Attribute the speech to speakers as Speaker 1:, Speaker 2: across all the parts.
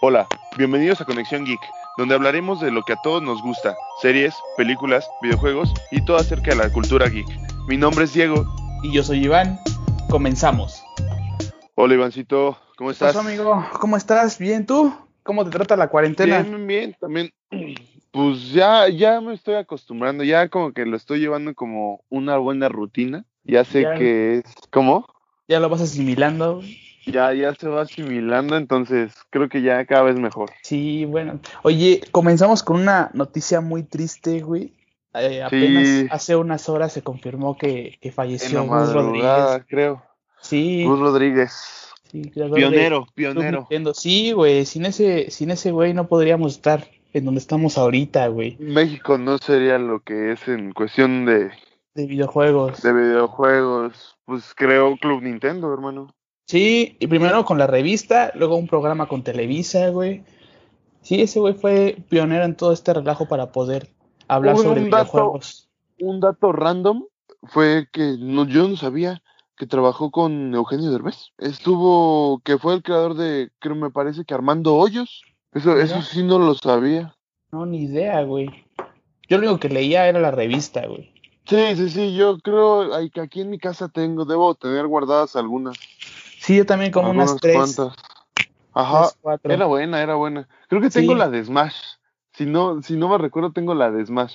Speaker 1: Hola, bienvenidos a Conexión Geek, donde hablaremos de lo que a todos nos gusta, series, películas, videojuegos y todo acerca de la cultura geek. Mi nombre es Diego.
Speaker 2: Y yo soy Iván. Comenzamos.
Speaker 1: Hola Ivancito, ¿cómo
Speaker 2: ¿Qué
Speaker 1: estás?
Speaker 2: pasó, amigo? ¿Cómo estás? ¿Bien tú? ¿Cómo te trata la cuarentena?
Speaker 1: Bien, bien, también. Pues ya, ya me estoy acostumbrando, ya como que lo estoy llevando como una buena rutina. Ya sé
Speaker 2: Ya.
Speaker 1: que es. ¿Cómo?
Speaker 2: Ya lo vas asimilando.
Speaker 1: Ya, ya se va asimilando, entonces creo que ya cada vez mejor.
Speaker 2: Sí, bueno. Oye, comenzamos con una noticia muy triste, güey. Eh, apenas
Speaker 1: Sí.
Speaker 2: hace unas horas se confirmó que, que
Speaker 1: En la
Speaker 2: falleció Gus Rodríguez.
Speaker 1: madrugada, creo.
Speaker 2: Sí,
Speaker 1: Gus Rodríguez.
Speaker 2: sí, la verdad,
Speaker 1: Pionero,
Speaker 2: estoy
Speaker 1: pionero.
Speaker 2: mintiendo. Sí, güey, sin ese, sin ese güey no podríamos estar en donde estamos ahorita, güey.
Speaker 1: México no sería lo que es en cuestión de,
Speaker 2: De videojuegos.
Speaker 1: de videojuegos. Pues creo Club Nintendo, hermano.
Speaker 2: Sí, y primero con la revista, luego un programa con Televisa, güey. Sí, ese güey fue pionero en todo este relajo para poder hablar
Speaker 1: Uy,
Speaker 2: sobre
Speaker 1: un dato.
Speaker 2: videojuegos.
Speaker 1: Un dato random fue que no, yo no sabía que trabajó con Eugenio Derbez. Estuvo, que fue el creador de, creo me parece que Armando Hoyos. Eso,
Speaker 2: Mira.
Speaker 1: eso sí no lo sabía.
Speaker 2: No, ni idea, güey. Yo lo único que leía era la revista, güey.
Speaker 1: Sí, sí, sí, yo creo ay, que aquí en mi casa tengo, debo tener guardadas algunas.
Speaker 2: Sí, yo también como unas
Speaker 1: algunas
Speaker 2: tres,
Speaker 1: cuantas. Ah, Ajá,
Speaker 2: tres, cuatro.
Speaker 1: Era buena, era buena. Creo que tengo
Speaker 2: Sí.
Speaker 1: la de Smash. Si no, si no me recuerdo, tengo la de Smash.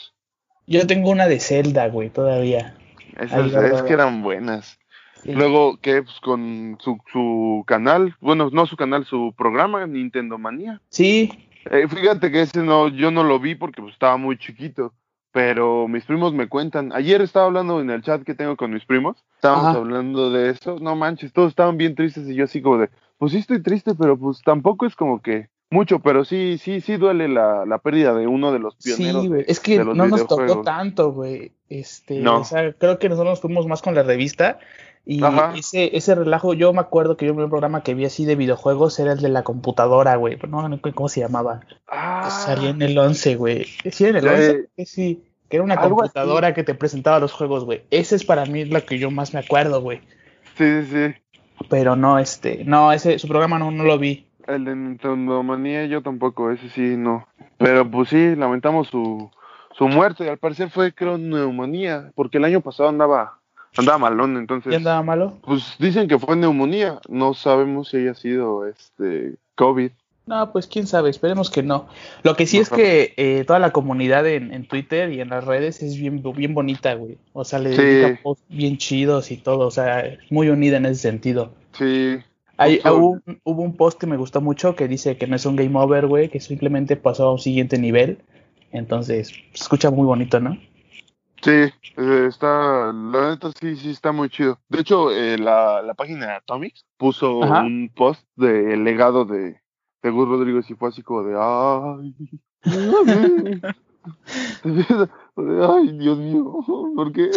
Speaker 2: Yo tengo una de Zelda, güey, todavía.
Speaker 1: Esas,
Speaker 2: guardada.
Speaker 1: es que eran buenas.
Speaker 2: Sí.
Speaker 1: Luego, que pues, con su, su canal, bueno, no su canal, su programa, Nintendo Manía.
Speaker 2: Sí,
Speaker 1: Eh, fíjate que ese no, yo no lo vi porque pues, estaba muy chiquito, pero mis primos me cuentan. Ayer estaba hablando en el chat que tengo con mis primos, estábamos
Speaker 2: Ajá.
Speaker 1: hablando de eso. No manches, todos estaban bien tristes y yo así como de, pues sí estoy triste, pero pues tampoco es como que mucho, pero sí, sí, sí duele la, la pérdida de uno de los pioneros.
Speaker 2: sí, güey. Es que
Speaker 1: de los
Speaker 2: no nos tocó
Speaker 1: videojuegos.
Speaker 2: tanto, güey. Este,
Speaker 1: No.
Speaker 2: o sea, creo que nosotros nos fuimos más con la revista. Y
Speaker 1: Ajá.
Speaker 2: ese, ese relajo, yo me acuerdo que yo el primer programa que vi así de videojuegos era el de la computadora, güey. Pero no, no sé cómo se llamaba. Que
Speaker 1: Ah,
Speaker 2: Salía en el 11, güey. ¿Sí era en el
Speaker 1: Ya,
Speaker 2: 11?
Speaker 1: eh,
Speaker 2: Que sí. Que era una
Speaker 1: algo así.
Speaker 2: computadora que te presentaba los juegos, güey. Ese es para mí la que yo más me acuerdo, güey.
Speaker 1: sí, sí, sí.
Speaker 2: Pero no, este, no, ese, su programa no, no lo vi.
Speaker 1: El de Nintendo Manía yo tampoco, ese sí, no. Pero pues sí, lamentamos su, su muerte. Al parecer fue, creo, neumonía, porque el año pasado andaba, andaba malón, entonces.
Speaker 2: ¿Ya andaba malo?
Speaker 1: Pues dicen que fue neumonía, no sabemos si haya sido este COVID.
Speaker 2: No, pues quién sabe, esperemos que no. Lo que sí es
Speaker 1: Ajá.
Speaker 2: que eh, toda la comunidad en, en Twitter y en las redes es bien, bien bonita, güey. O sea, le
Speaker 1: Sí.
Speaker 2: dedican posts bien chidos y todo, o sea, es muy unida en ese sentido.
Speaker 1: Sí,
Speaker 2: Hay,
Speaker 1: Justo.
Speaker 2: hubo, un- hubo un post que me gustó mucho que dice que no es un game over, güey, que simplemente pasó a un siguiente nivel. Entonces, se escucha muy bonito, ¿no?
Speaker 1: sí, eh, está, la neta sí, sí está muy chido. De hecho, eh, la, la página de Atomics puso
Speaker 2: Ajá.
Speaker 1: un post del legado de, de Gus Rodríguez y fue así como de, ay, ay, Dios mío, ¿por qué?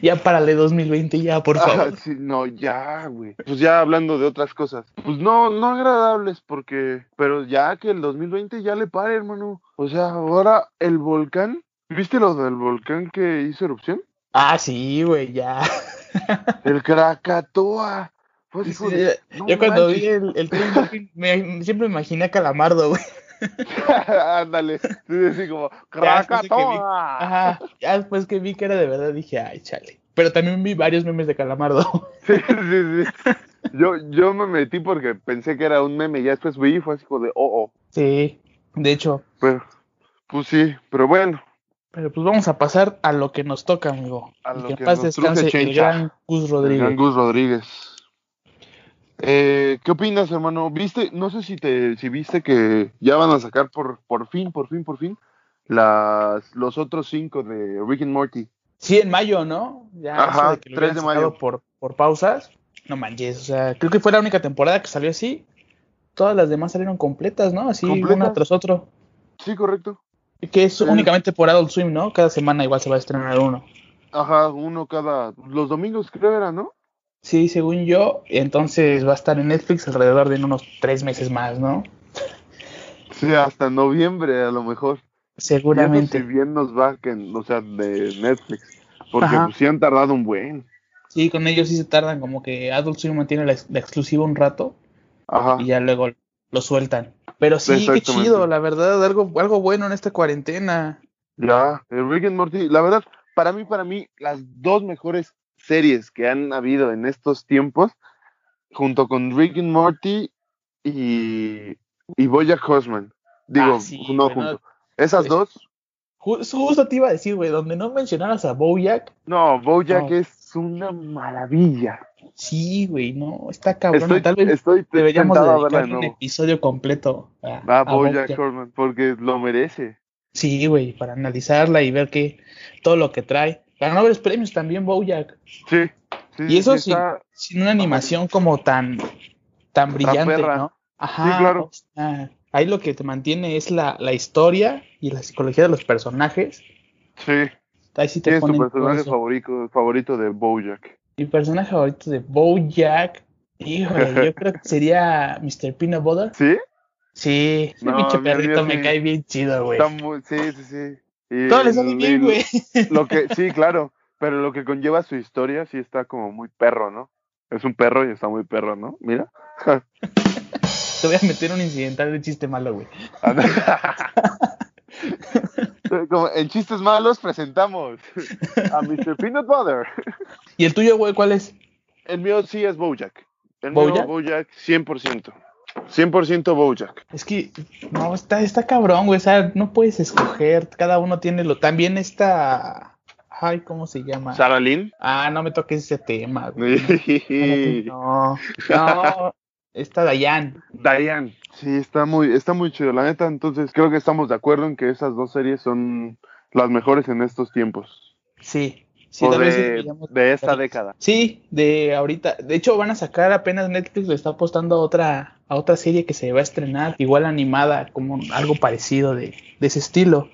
Speaker 2: Ya párale 2020, ya, por
Speaker 1: Ah,
Speaker 2: favor.
Speaker 1: sí, no, ya, güey. Pues ya hablando de otras cosas. Pues no, no agradables porque... Pero ya que el 2020 ya le pare, hermano. O sea, ahora el volcán... ¿Viste lo del volcán que hizo erupción?
Speaker 2: Ah, sí, güey, ya.
Speaker 1: El Krakatoa. Fue así como de, no
Speaker 2: Yo cuando vi
Speaker 1: manches.
Speaker 2: el, el trailer, me- siempre me imaginé a Calamardo, güey.
Speaker 1: Ándale. Sí, así como...
Speaker 2: después de que vi- Ah.
Speaker 1: ¡Krakatoa!
Speaker 2: Ajá, ya después que vi que era de verdad dije, ay, chale. Pero también vi varios memes de Calamardo.
Speaker 1: Sí, sí, sí. Yo, yo me metí porque pensé que era un meme. Ya después vi y fue así como de... Oh, oh.
Speaker 2: Sí, de hecho.
Speaker 1: Pero... Pues sí, pero bueno.
Speaker 2: Pero pues vamos a pasar a lo que nos toca, amigo.
Speaker 1: A
Speaker 2: Y
Speaker 1: lo
Speaker 2: que en
Speaker 1: que
Speaker 2: paz
Speaker 1: nos truje,
Speaker 2: descanse el
Speaker 1: chencha.
Speaker 2: gran Gus
Speaker 1: El gran
Speaker 2: Rodríguez.
Speaker 1: Gus Rodríguez. Eh, ¿Qué opinas, hermano? ¿Viste? No sé si te, si viste que ya van a sacar por, por fin, por fin, por fin, las, los otros cinco de Rick and Morty.
Speaker 2: Sí, en mayo, ¿no? Ya
Speaker 1: Ajá,
Speaker 2: eso lo
Speaker 1: 3 de
Speaker 2: hubieran sacado
Speaker 1: mayo.
Speaker 2: Por, por pausas. No manches, o sea, creo que fue la única temporada que salió así. Todas las demás salieron completas, ¿no? Así, una
Speaker 1: ¿Completas?
Speaker 2: tras otro.
Speaker 1: Sí, correcto.
Speaker 2: Que es
Speaker 1: Sí.
Speaker 2: únicamente por Adult Swim, ¿no? Cada semana igual se va a estrenar uno.
Speaker 1: Ajá, uno cada, los domingos creo era, ¿no?
Speaker 2: Sí, según yo, entonces va a estar en Netflix alrededor de en unos tres meses más, ¿no?
Speaker 1: Sí, hasta noviembre a lo mejor. Viendo
Speaker 2: Seguramente.
Speaker 1: Si bien nos va, que, o sea, de Netflix. Porque
Speaker 2: Ajá.
Speaker 1: pues, sí han tardado un buen.
Speaker 2: Sí, con ellos sí se tardan, como que Adult Swim mantiene la, ex- la exclusiva un rato
Speaker 1: Ajá.
Speaker 2: y ya luego lo sueltan. Pero sí, qué
Speaker 1: Ah. Exactamente.
Speaker 2: chido, la verdad, algo, algo bueno en esta cuarentena.
Speaker 1: Ya, el Rick and Morty, la verdad, para mí, para mí, las dos mejores series que han habido en estos tiempos, junto con Rick and Morty y, y Bojack Horseman. Digo,
Speaker 2: Ah, sí,
Speaker 1: no
Speaker 2: güey, no.
Speaker 1: junto. Esas
Speaker 2: Pues-
Speaker 1: dos,
Speaker 2: Ju- Justo te iba a decir, güey, donde no mencionaras a Bojack,
Speaker 1: no, Bojack
Speaker 2: No.
Speaker 1: es una maravilla.
Speaker 2: sí, güey, no, está cabrón.
Speaker 1: Estoy,
Speaker 2: Tal vez
Speaker 1: estoy
Speaker 2: deberíamos
Speaker 1: tentado a verla de
Speaker 2: dedicarle un
Speaker 1: nuevo.
Speaker 2: episodio completo a,
Speaker 1: Ah,
Speaker 2: a
Speaker 1: Bojack
Speaker 2: Bojack.
Speaker 1: Horseman, porque lo merece.
Speaker 2: Sí, güey, para analizarla y ver qué, todo lo que trae. Ganó varios premios también Bojack.
Speaker 1: Sí, sí,
Speaker 2: Y eso
Speaker 1: sí,
Speaker 2: sí,
Speaker 1: está-
Speaker 2: sin una animación como tan, tan brillante,
Speaker 1: perra.
Speaker 2: ¿no? Ajá.
Speaker 1: claro.
Speaker 2: o sea, ahí lo que te mantiene es la, la historia y la psicología de los personajes.
Speaker 1: sí.
Speaker 2: Ahí sí
Speaker 1: ¿Quién
Speaker 2: te
Speaker 1: es tu
Speaker 2: ponen todo
Speaker 1: personaje
Speaker 2: eso.
Speaker 1: favorito, favorito de Bojack?
Speaker 2: Mi personaje favorito de Bojack, híjole, yo creo que sería Mr. Peanut Butter.
Speaker 1: ¿Sí?
Speaker 2: Sí, ese
Speaker 1: No,
Speaker 2: pinche
Speaker 1: mi Dios,
Speaker 2: perrito me
Speaker 1: mi-
Speaker 2: cae bien chido, güey.
Speaker 1: Está muy- sí, sí, sí. Y
Speaker 2: Todo le
Speaker 1: el-
Speaker 2: sale bien,
Speaker 1: y
Speaker 2: güey.
Speaker 1: Lo que, sí, claro, pero lo que conlleva su historia sí está como muy perro, ¿no? Es un perro y está muy perro, ¿no? Mira.
Speaker 2: Te voy a meter un incidental de chiste malo, güey.
Speaker 1: Como en chistes malos presentamos a Mr. Peanut Butter.
Speaker 2: ¿Y el tuyo, güey, cuál es?
Speaker 1: El mío sí es Bojack. El mío
Speaker 2: ¿Bojack?
Speaker 1: Bojack 100%. 100% Bojack.
Speaker 2: Es que, no, está, está cabrón, güey. O sea, no puedes escoger. Cada uno tiene lo. También esta. Ay, ¿cómo se llama?
Speaker 1: Sara Lynn.
Speaker 2: Ah, no me toques ese tema, güey. No, no. Esta Dayan.
Speaker 1: Diane. Sí, está muy, está muy chido, la neta. Entonces creo que estamos de acuerdo en que esas dos series son las mejores en estos tiempos.
Speaker 2: Sí. Sí,
Speaker 1: O
Speaker 2: tal vez
Speaker 1: de,
Speaker 2: digamos-
Speaker 1: de esta década.
Speaker 2: Sí, de ahorita. De hecho, van a sacar apenas Netflix le está apostando a otra, a otra serie que se va a estrenar, igual animada, como algo parecido de, de ese estilo.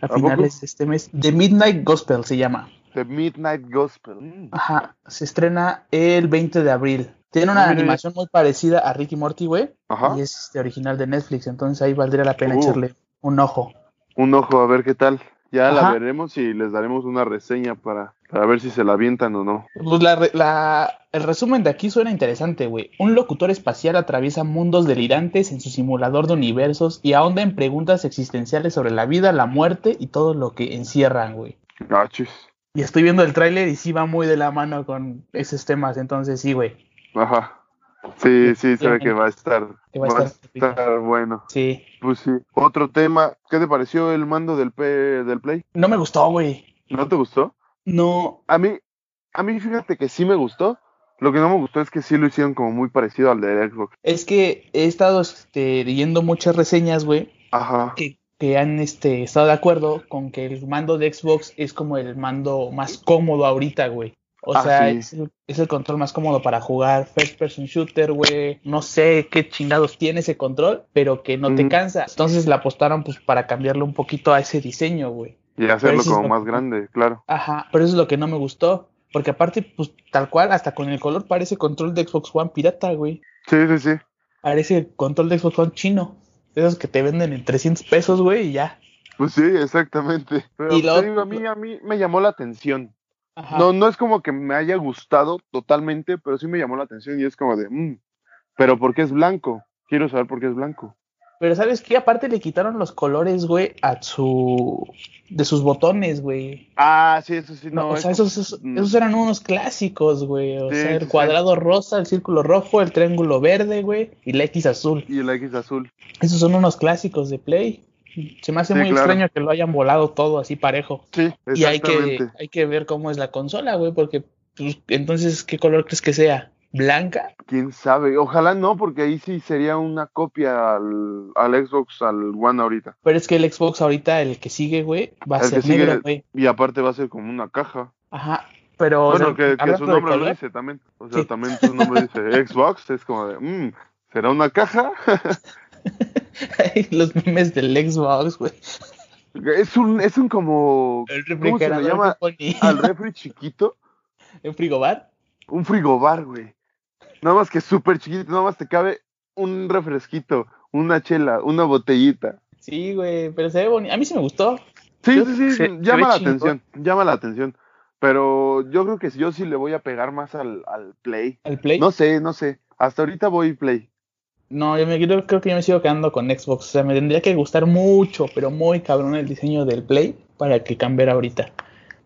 Speaker 2: A,
Speaker 1: ¿A poco?
Speaker 2: finales de este mes. The Midnight Gospel se llama.
Speaker 1: The Midnight Gospel.
Speaker 2: Ajá. Se estrena el 20 de abril. Tiene
Speaker 1: Ah,
Speaker 2: una
Speaker 1: mira, mira.
Speaker 2: animación muy parecida a Ricky Morty, güey.
Speaker 1: Ajá.
Speaker 2: Y es este, original de Netflix. Entonces ahí valdría la pena
Speaker 1: Uh.
Speaker 2: echarle un ojo.
Speaker 1: Un ojo, a ver qué tal. Ya la
Speaker 2: Ajá.
Speaker 1: veremos y les daremos una reseña para, para ver si se la avientan o no.
Speaker 2: Pues la re- la- el resumen de aquí suena interesante, güey. Un locutor espacial atraviesa mundos delirantes en su simulador de universos y ahonda en preguntas existenciales sobre la vida, la muerte y todo lo que encierran, güey.
Speaker 1: Ah, chis.
Speaker 2: Y estoy viendo el tráiler y sí va muy de la mano con esos temas, entonces sí, güey.
Speaker 1: Ajá. Sí, sí, se ve que va a estar,
Speaker 2: Que
Speaker 1: va a estar bueno.
Speaker 2: Sí.
Speaker 1: Pues sí. Otro tema. ¿Qué te pareció el mando del, P, del Play?
Speaker 2: No me gustó, güey.
Speaker 1: ¿No te gustó?
Speaker 2: No.
Speaker 1: A mí, a mí fíjate que sí me gustó. Lo que no me gustó es que sí lo hicieron como muy parecido al de Xbox.
Speaker 2: Es que he estado este, leyendo muchas reseñas, güey,
Speaker 1: Ajá.
Speaker 2: que, que han este, estado de acuerdo con que el mando de Xbox es como el mando más cómodo ahorita, güey. O
Speaker 1: Ah,
Speaker 2: sea,
Speaker 1: sí.
Speaker 2: es, el, es el control más cómodo para jugar first person shooter, güey. No sé qué chingados tiene ese control, pero que no te
Speaker 1: Ujú.
Speaker 2: cansa. Entonces la apostaron pues para cambiarle un poquito a ese diseño, güey.
Speaker 1: Y hacerlo
Speaker 2: Pero sí es
Speaker 1: como
Speaker 2: lo-
Speaker 1: más grande, claro.
Speaker 2: Ajá, pero eso es lo que no me gustó. Porque aparte, pues tal cual, hasta con el color parece control de Xbox One pirata, güey.
Speaker 1: Sí, sí, sí.
Speaker 2: Parece el Ah, control de Xbox One chino. De esos que te venden en 300 pesos, güey, y ya.
Speaker 1: Pues sí, exactamente. Pero
Speaker 2: Y la
Speaker 1: te
Speaker 2: ot-
Speaker 1: digo, a mí, a mí me llamó la atención.
Speaker 2: Ajá.
Speaker 1: No, no es como que me haya gustado totalmente, pero sí me llamó la atención y es como de, "Mm, pero ¿por qué es blanco? Quiero saber por qué es blanco.
Speaker 2: Pero ¿sabes qué? Aparte le quitaron los colores, güey, a su... de sus botones, güey.
Speaker 1: Ah, sí, eso sí, no.
Speaker 2: o sea,
Speaker 1: eso-
Speaker 2: esos, esos,
Speaker 1: mm.
Speaker 2: esos eran unos clásicos, güey. O
Speaker 1: Sí,
Speaker 2: sea,
Speaker 1: sí,
Speaker 2: el
Speaker 1: sí.
Speaker 2: cuadrado rosa, el círculo rojo, el triángulo verde, güey, y la X azul.
Speaker 1: Y el X azul.
Speaker 2: Esos son unos clásicos de Play. Se me hace
Speaker 1: Sí,
Speaker 2: muy
Speaker 1: claro.
Speaker 2: extraño que lo hayan volado todo así parejo.
Speaker 1: Sí, exactamente.
Speaker 2: Y hay que, hay que ver cómo es la consola, güey, porque pues, entonces, ¿qué color crees que sea? ¿Blanca?
Speaker 1: Quién sabe, ojalá no, porque ahí sí sería una copia al, al Xbox, al One ahorita.
Speaker 2: Pero es que el Xbox ahorita, el que sigue, güey, va a
Speaker 1: El que
Speaker 2: ser
Speaker 1: sigue-
Speaker 2: negro, güey.
Speaker 1: Y aparte va a ser como una caja.
Speaker 2: Ajá. Pero o
Speaker 1: bueno,
Speaker 2: sea,
Speaker 1: que- que, su
Speaker 2: hablando de
Speaker 1: nombre lo
Speaker 2: color,
Speaker 1: dice también. O sea,
Speaker 2: Sí.
Speaker 1: también su nombre dice Xbox, es como de, "Mm, ¿será una caja?
Speaker 2: Ay, Los memes del Xbox, güey.
Speaker 1: es un, es un como
Speaker 2: El
Speaker 1: refrigerador que llama? al refri chiquito,
Speaker 2: ¿En frigobar?
Speaker 1: un frigobar, güey. Nada más que súper chiquito, nada más te cabe un refresquito, una chela, una botellita.
Speaker 2: Sí, güey, pero se ve bonito. A mí sí me gustó.
Speaker 1: Sí,
Speaker 2: Yo-
Speaker 1: sí, sí,
Speaker 2: se- se
Speaker 1: llama
Speaker 2: ve
Speaker 1: la
Speaker 2: chingón.
Speaker 1: atención, llama la atención. Pero yo creo que yo sí le voy a pegar más al, al play.
Speaker 2: ¿El Play?
Speaker 1: No sé, no sé. Hasta ahorita voy play.
Speaker 2: No, yo me, creo, creo que yo me sigo quedando con Xbox. O sea, me tendría que gustar mucho, pero muy cabrón el diseño del Play para que cambiara ahorita.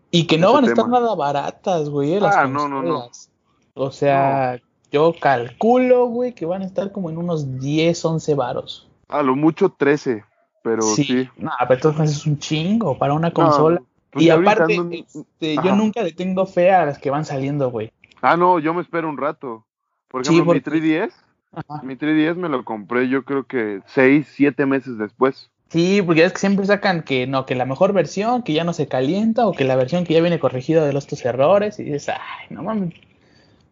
Speaker 2: Y que no
Speaker 1: Ese
Speaker 2: van a estar
Speaker 1: tema.
Speaker 2: nada baratas, güey. eh, Las
Speaker 1: Ah, no, no, no.
Speaker 2: consolas. O sea, yo calculo, güey, que van a estar como en unos 10, 11 varos.
Speaker 1: A lo mucho 13, pero sí.
Speaker 2: No, pero entonces es un chingo para una
Speaker 1: No,
Speaker 2: consola.
Speaker 1: pues
Speaker 2: y
Speaker 1: ya ahorita
Speaker 2: aparte,
Speaker 1: no-
Speaker 2: este, yo
Speaker 1: Ajá.
Speaker 2: nunca le tengo fe a las que van saliendo, güey.
Speaker 1: Ah, no, yo me espero un rato. Por
Speaker 2: Sí,
Speaker 1: ejemplo, mi
Speaker 2: porque-
Speaker 1: 3DS,
Speaker 2: Ajá.
Speaker 1: mi 3DS me lo compré yo creo que 6, 7 meses después.
Speaker 2: Sí, porque es que siempre sacan que no, que la mejor versión, que ya no se calienta, o que la versión que ya viene corregida de los tus errores, y dices, ay, no mames,